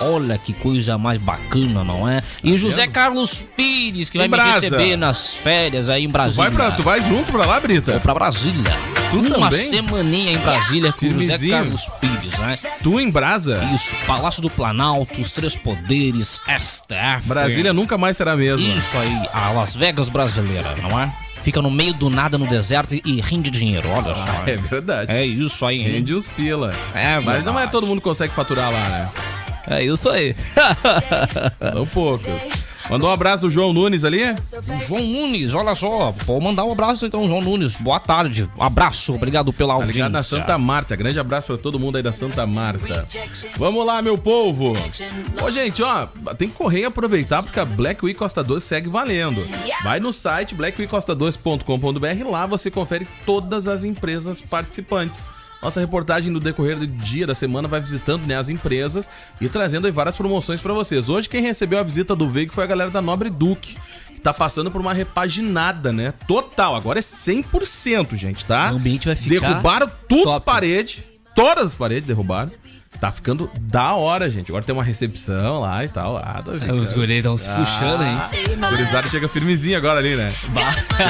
Speaker 9: Olha que coisa mais bacana, não é? E o José Carlos Pires, que
Speaker 4: Tá
Speaker 9: vai
Speaker 4: Em Brasa.
Speaker 9: me receber nas férias aí em
Speaker 4: Tu vai,
Speaker 9: Brasília.
Speaker 4: pra, tu vai junto pra lá, Brita?
Speaker 9: Vou pra Brasília.
Speaker 4: Tu
Speaker 11: Uma
Speaker 4: também?
Speaker 11: semaninha em Brasília com o José
Speaker 4: Firmezinho.
Speaker 11: Carlos Pires, né?
Speaker 4: Tu em brasa?
Speaker 11: Isso, Palácio do Planalto, os Três Poderes, STF.
Speaker 4: Brasília é nunca mais será a mesma.
Speaker 11: Isso aí, a Las Vegas brasileira, não é? Fica no meio do nada no deserto e- e rende dinheiro, olha só.
Speaker 4: É verdade.
Speaker 11: É isso aí, hein?
Speaker 4: Rende os pila.
Speaker 11: É,
Speaker 4: Mas não é
Speaker 11: verdade.
Speaker 4: todo mundo que consegue faturar lá, né?
Speaker 11: É isso aí. <laughs>
Speaker 4: São poucos. Mandou um abraço do João Nunes ali.
Speaker 11: O João Nunes, olha só. Vou mandar um abraço então, João Nunes. Boa tarde. Abraço, obrigado pela
Speaker 4: Tá
Speaker 11: audiência.
Speaker 4: ligado na Santa Marta. Grande abraço pra todo mundo aí da Santa Marta. Vamos lá, meu povo. Ô, gente, ó, tem que correr e aproveitar porque a Black Week Costa 2 segue valendo. Vai no site blackweekcosta2.com.br lá você confere todas as empresas participantes. Nossa reportagem no decorrer do dia da semana vai visitando né, as empresas e trazendo aí várias promoções pra vocês. Hoje quem recebeu a visita do veículo foi a galera da Nobre Duque, que tá passando por uma repaginada, né? Total, agora é 100%, gente, tá?
Speaker 11: O ambiente vai ficar
Speaker 4: Derrubaram tudo as
Speaker 11: top.
Speaker 4: paredes. Todas as paredes derrubaram. Tá ficando da hora, gente. Agora tem uma recepção lá e tal. Ah, tá ficando.
Speaker 10: Os guri estão se puxando, hein?
Speaker 4: O gurizada chega firmezinho agora ali, né?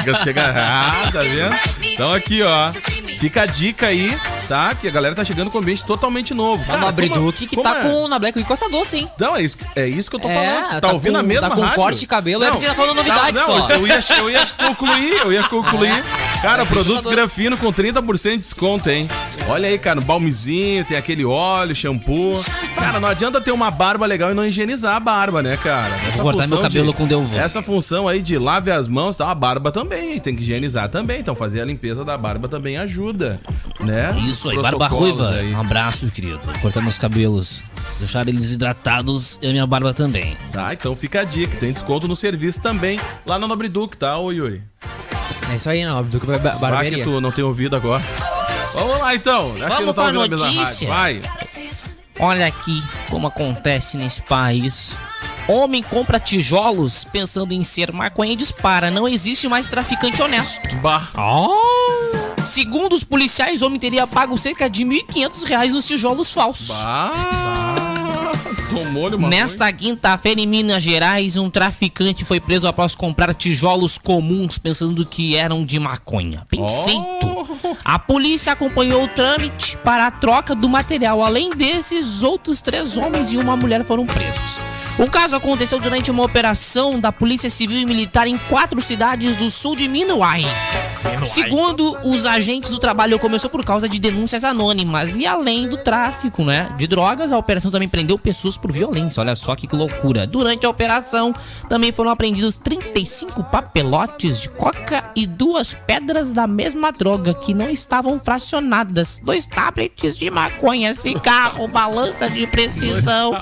Speaker 4: Chega, chega. Ah, tá vendo? Então aqui, ó. Fica a dica aí, tá? Que a galera tá chegando com um ambiente totalmente novo. é-
Speaker 10: A Nobre
Speaker 7: é-
Speaker 10: Duke que tá com na Black Week Costa Doce, hein?
Speaker 4: Não, é isso, é isso que eu tô
Speaker 10: É,
Speaker 4: falando. Você Tá,
Speaker 10: tá
Speaker 4: ouvindo
Speaker 10: com-
Speaker 4: a mesma
Speaker 10: tá com
Speaker 4: rádio?
Speaker 10: corte de cabelo, é porque você tá falando novidade só. É.
Speaker 4: Eu ia, eu ia concluir, eu ia
Speaker 10: <laughs>
Speaker 4: concluir. Cara, produtos grafino com 30% de desconto, hein? Olha aí, cara, um balmezinho, tem aquele óleo, shampoo. Cara, não adianta ter uma barba legal e não higienizar a barba, né, cara? Essa
Speaker 11: Vou cortar
Speaker 4: função
Speaker 11: meu cabelo
Speaker 4: de-
Speaker 11: com Delvão.
Speaker 4: Essa função aí de lave as mãos, tá? A barba também, tem que higienizar também. Então fazer a limpeza da barba também ajuda, né?
Speaker 11: Isso aí,
Speaker 4: Protocolos
Speaker 11: barba ruiva.
Speaker 4: aí.
Speaker 11: Um abraço, querido. Cortar meus cabelos, deixar eles hidratados e a minha barba também.
Speaker 4: Tá, então fica a dica. Tem desconto no serviço também, lá na Nobre Duque, tá, ô Yuri?
Speaker 10: É isso aí, Nobre Duque ba-
Speaker 4: Pra que
Speaker 10: Barbearia.
Speaker 4: tu não tem ouvido agora. Vamos lá, então. Acho que
Speaker 11: Vamos
Speaker 4: não tá
Speaker 11: pra
Speaker 4: ouvindo a mesma
Speaker 11: notícia.
Speaker 4: rádio. Vai.
Speaker 11: Olha aqui como acontece nesse país. Homem compra tijolos pensando em ser maconha e dispara. Não existe mais traficante honesto. Oh.
Speaker 4: Bah.
Speaker 11: Segundo os policiais, o homem teria pago cerca de R$ 1.500 reais nos tijolos falsos.
Speaker 4: Bah. Tomou-lhe uma
Speaker 11: Nesta quinta-feira, em Minas Gerais, um traficante foi preso após comprar tijolos comuns pensando que eram de maconha. Bem feito! A polícia acompanhou o trâmite para a troca do material. Além desses, outros três homens e uma mulher foram presos. O caso aconteceu durante uma operação da Polícia Civil e Militar em quatro cidades do sul de Minas Gerais. Segundo os agentes do trabalho, começou por causa de denúncias anônimas e além do tráfico, né, de drogas, a operação também prendeu pessoas por violência. Olha só que loucura. Durante a operação, também foram apreendidos 35 papelotes de coca e duas pedras da mesma droga que não estavam fracionadas, dois tablets de maconha, cigarro, balança de precisão,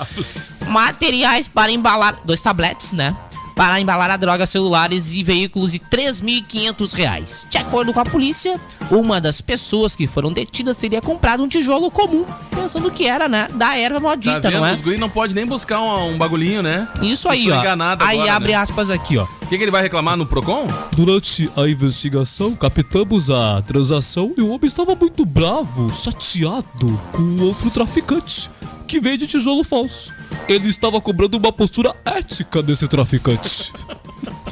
Speaker 11: materiais para embalar, dois tabletes, né? para embalar a droga, celulares e veículos e 3.500 reais. De acordo com a polícia, uma das pessoas que foram detidas teria comprado um tijolo comum, pensando que era, né, da erva
Speaker 4: Tá
Speaker 11: maldita,
Speaker 4: vendo?
Speaker 11: não é?
Speaker 4: Os guri não pode nem buscar um, um bagulhinho, né?
Speaker 11: Isso aí,
Speaker 4: Pessoa
Speaker 11: ó.
Speaker 4: enganada
Speaker 11: Aí
Speaker 4: agora,
Speaker 11: abre
Speaker 4: né?
Speaker 11: aspas aqui, ó.
Speaker 4: O que, que ele vai reclamar no Procon?
Speaker 8: Durante a investigação, captamos a transação e o homem estava muito bravo, chateado com o outro traficante, que veio de tijolo falso. Ele estava cobrando uma postura ética desse
Speaker 11: <laughs>
Speaker 8: traficante.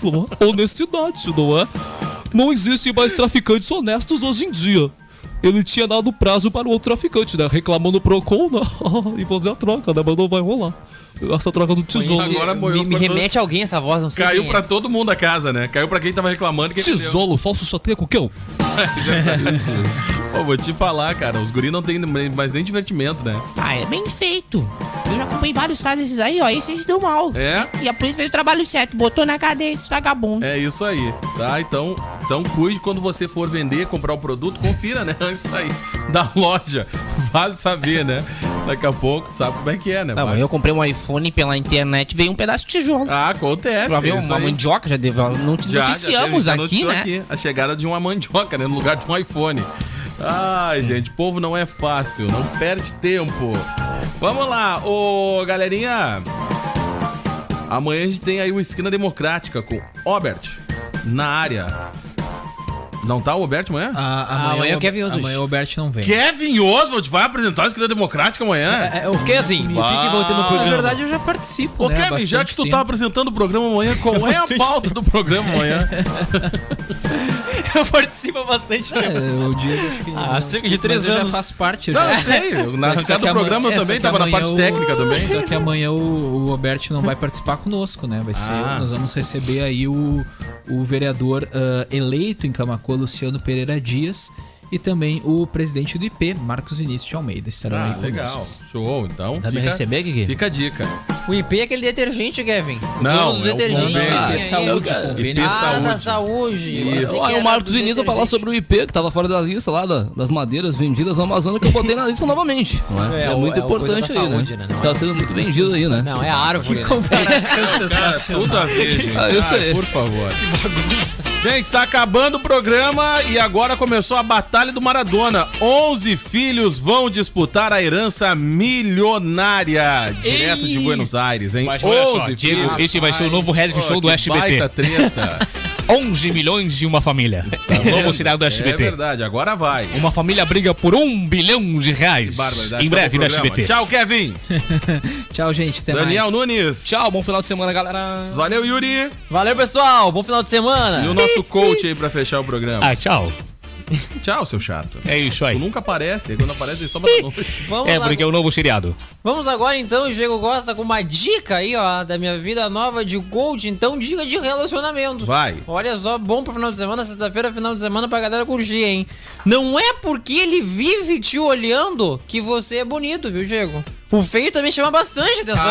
Speaker 8: Não é? Honestidade, não é? Não existem mais traficantes honestos hoje em dia. Ele tinha dado prazo para o outro traficante, né? Reclamando pro Procon, né? <laughs> E fazer a troca, né? Mas não vai rolar. Essa troca do tijolo.
Speaker 4: Esse- Agora boiou
Speaker 10: me, me
Speaker 4: pra
Speaker 10: remete a alguém essa voz, não sei
Speaker 4: Caiu
Speaker 10: quem é.
Speaker 4: pra todo mundo a casa, né? Caiu pra quem tava reclamando. Que
Speaker 8: Tijolo falso chateia com
Speaker 4: <laughs>
Speaker 8: quem?
Speaker 4: Pô, vou te falar, cara. Os guri não tem mais nem divertimento, né?
Speaker 11: Ah, é bem feito. Eu já acompanhei vários casos desses aí, ó. Esse se deu mal.
Speaker 4: É.
Speaker 11: E a polícia fez o trabalho certo, botou na cadeia esse vagabundo.
Speaker 4: É isso aí, tá? Então, então cuide quando você for vender, comprar o produto, confira, né? <laughs> Antes de sair da loja. Vale saber, né? Daqui a pouco, sabe como é que é, né?
Speaker 11: Não,
Speaker 4: Vai-
Speaker 11: eu comprei um iPhone pela internet, veio um pedaço de tijolo.
Speaker 4: Ah, acontece.
Speaker 11: pra ver
Speaker 4: é isso
Speaker 11: uma
Speaker 4: aí.
Speaker 11: mandioca, já deve, não te
Speaker 4: Já- já
Speaker 11: noticiamos
Speaker 4: teve- já
Speaker 11: aqui,
Speaker 4: noticiou
Speaker 11: né?
Speaker 4: A chegada de uma mandioca, né? No lugar de um iPhone. Ai, gente, povo não é fácil, não perde tempo. Vamos lá, ô galerinha. Amanhã a gente tem aí o Esquina Democrática com Obert na área. Não tá o Obert amanhã?
Speaker 6: Ah, amanhã,
Speaker 10: amanhã
Speaker 6: o
Speaker 10: o Kevin Oswald.
Speaker 6: Amanhã o Bert não vem.
Speaker 4: Kevin Oswald vai apresentar o Esquina Democrática amanhã? Ah.
Speaker 10: É, o Kevin, o que, que vai ter no
Speaker 6: Na
Speaker 10: programa?
Speaker 6: verdade, eu já participo,
Speaker 4: Ô,
Speaker 6: né? há
Speaker 4: Kevin, já
Speaker 6: bastante
Speaker 4: que tu
Speaker 6: tempo.
Speaker 10: <laughs>
Speaker 4: é tá apresentando o programa amanhã, qual é a pauta do programa amanhã?
Speaker 7: participa bastante tempo.
Speaker 6: Eu digo é, que
Speaker 7: Ah,
Speaker 6: não,
Speaker 7: cerca de
Speaker 6: desculpa,
Speaker 7: três
Speaker 6: mas eu
Speaker 7: anos.
Speaker 6: já faço parte
Speaker 4: Não,
Speaker 6: já.
Speaker 8: <laughs>
Speaker 4: eu sei. eu- Na
Speaker 6: Só- só
Speaker 4: arrancada
Speaker 6: que
Speaker 4: do
Speaker 6: amanhã-
Speaker 4: programa eu
Speaker 6: é, só
Speaker 4: também,
Speaker 6: que
Speaker 4: tava na
Speaker 6: amanhã
Speaker 4: parte
Speaker 6: o-
Speaker 4: técnica também.
Speaker 6: Só que amanhã o, o Alberto não vai participar conosco, né? Vai ser,
Speaker 4: Ah.
Speaker 6: nós vamos receber aí o, o vereador ah, eleito em Camacô, Luciano Pereira Dias, e também o presidente do IP, Marcos Vinícius de Almeida, estarão aí
Speaker 4: Ah,
Speaker 6: conosco.
Speaker 4: legal. Show, então.
Speaker 8: Tá
Speaker 9: Vai me
Speaker 4: fica-
Speaker 9: receber, Kiki?
Speaker 4: Fica a dica.
Speaker 7: O IP é aquele detergente, Kevin. O
Speaker 4: Não,
Speaker 7: dono do
Speaker 4: é o
Speaker 7: detergente.
Speaker 4: convênio.
Speaker 7: lá.
Speaker 9: Ah,
Speaker 8: né?
Speaker 7: Tem
Speaker 9: saúde,
Speaker 7: aí o-
Speaker 9: convênio.
Speaker 4: IP
Speaker 7: Ah, da
Speaker 4: Saúde.
Speaker 7: saúde. Eu
Speaker 4: Isso.
Speaker 7: pensei que
Speaker 9: Aí
Speaker 7: era
Speaker 9: o Marcos
Speaker 7: é do
Speaker 9: Vinícius vai falar
Speaker 7: detergente.
Speaker 9: sobre o IP, que tava fora da lista lá, da- das madeiras vendidas na Amazônia, que eu botei na lista novamente. não é?
Speaker 7: É,
Speaker 9: É,
Speaker 7: o-
Speaker 9: muito
Speaker 7: é o
Speaker 9: importante
Speaker 7: coisa da
Speaker 9: aí,
Speaker 7: saúde,
Speaker 9: né?
Speaker 7: né? Não
Speaker 9: Tá sendo muito vendido aí, né?
Speaker 7: Não, é a árvore. né?
Speaker 4: Cara, é tudo a ver, gente.
Speaker 9: Ah, eu sei.
Speaker 4: por favor. Gente, tá acabando o programa e agora começou a Batalha do Maradona. 11 filhos vão disputar a herança milionária. Direto de Buenos Aires, hein?
Speaker 8: Mas olha só,
Speaker 4: 11
Speaker 8: Diego,
Speaker 4: filhos.
Speaker 8: esse vai ser o novo reality
Speaker 4: Pô,
Speaker 8: show do
Speaker 4: que
Speaker 8: SBT.
Speaker 4: Baita
Speaker 8: <laughs>
Speaker 4: treta.
Speaker 8: 11 milhões de uma família.
Speaker 9: Tá
Speaker 8: Novo sinal do
Speaker 4: É
Speaker 8: SBT.
Speaker 4: verdade, agora vai.
Speaker 8: Uma família briga por um bilhão de reais.
Speaker 4: Barbaridade,
Speaker 8: Em breve no
Speaker 4: acabou o é um
Speaker 8: SBT.
Speaker 4: programa. Tchau, Kevin.
Speaker 6: Tchau, gente. Até
Speaker 4: Daniel
Speaker 6: mais.
Speaker 4: Nunes.
Speaker 9: Tchau, bom final de semana, galera.
Speaker 4: Valeu, Yuri.
Speaker 7: Valeu, pessoal. Bom final de semana.
Speaker 4: E o nosso coach aí pra fechar o programa.
Speaker 8: Ah, tchau.
Speaker 4: Tchau, seu chato.
Speaker 8: É isso
Speaker 4: Tu
Speaker 8: aí.
Speaker 4: nunca aparece, aí quando aparece ele só
Speaker 8: <laughs>
Speaker 4: bate longe.
Speaker 7: Vamos,
Speaker 8: É
Speaker 7: lá-
Speaker 8: porque é o novo seriado.
Speaker 7: Vamos agora, então, Diego Gosta, com uma dica aí, ó, da minha vida nova de coach. Então, dica de relacionamento.
Speaker 4: Vai.
Speaker 7: Olha só, bom pro final de semana, sexta-feira, final de semana pra galera curtir, hein? Não é porque ele vive te olhando que você é bonito, viu, Diego? O feio também chama bastante atenção.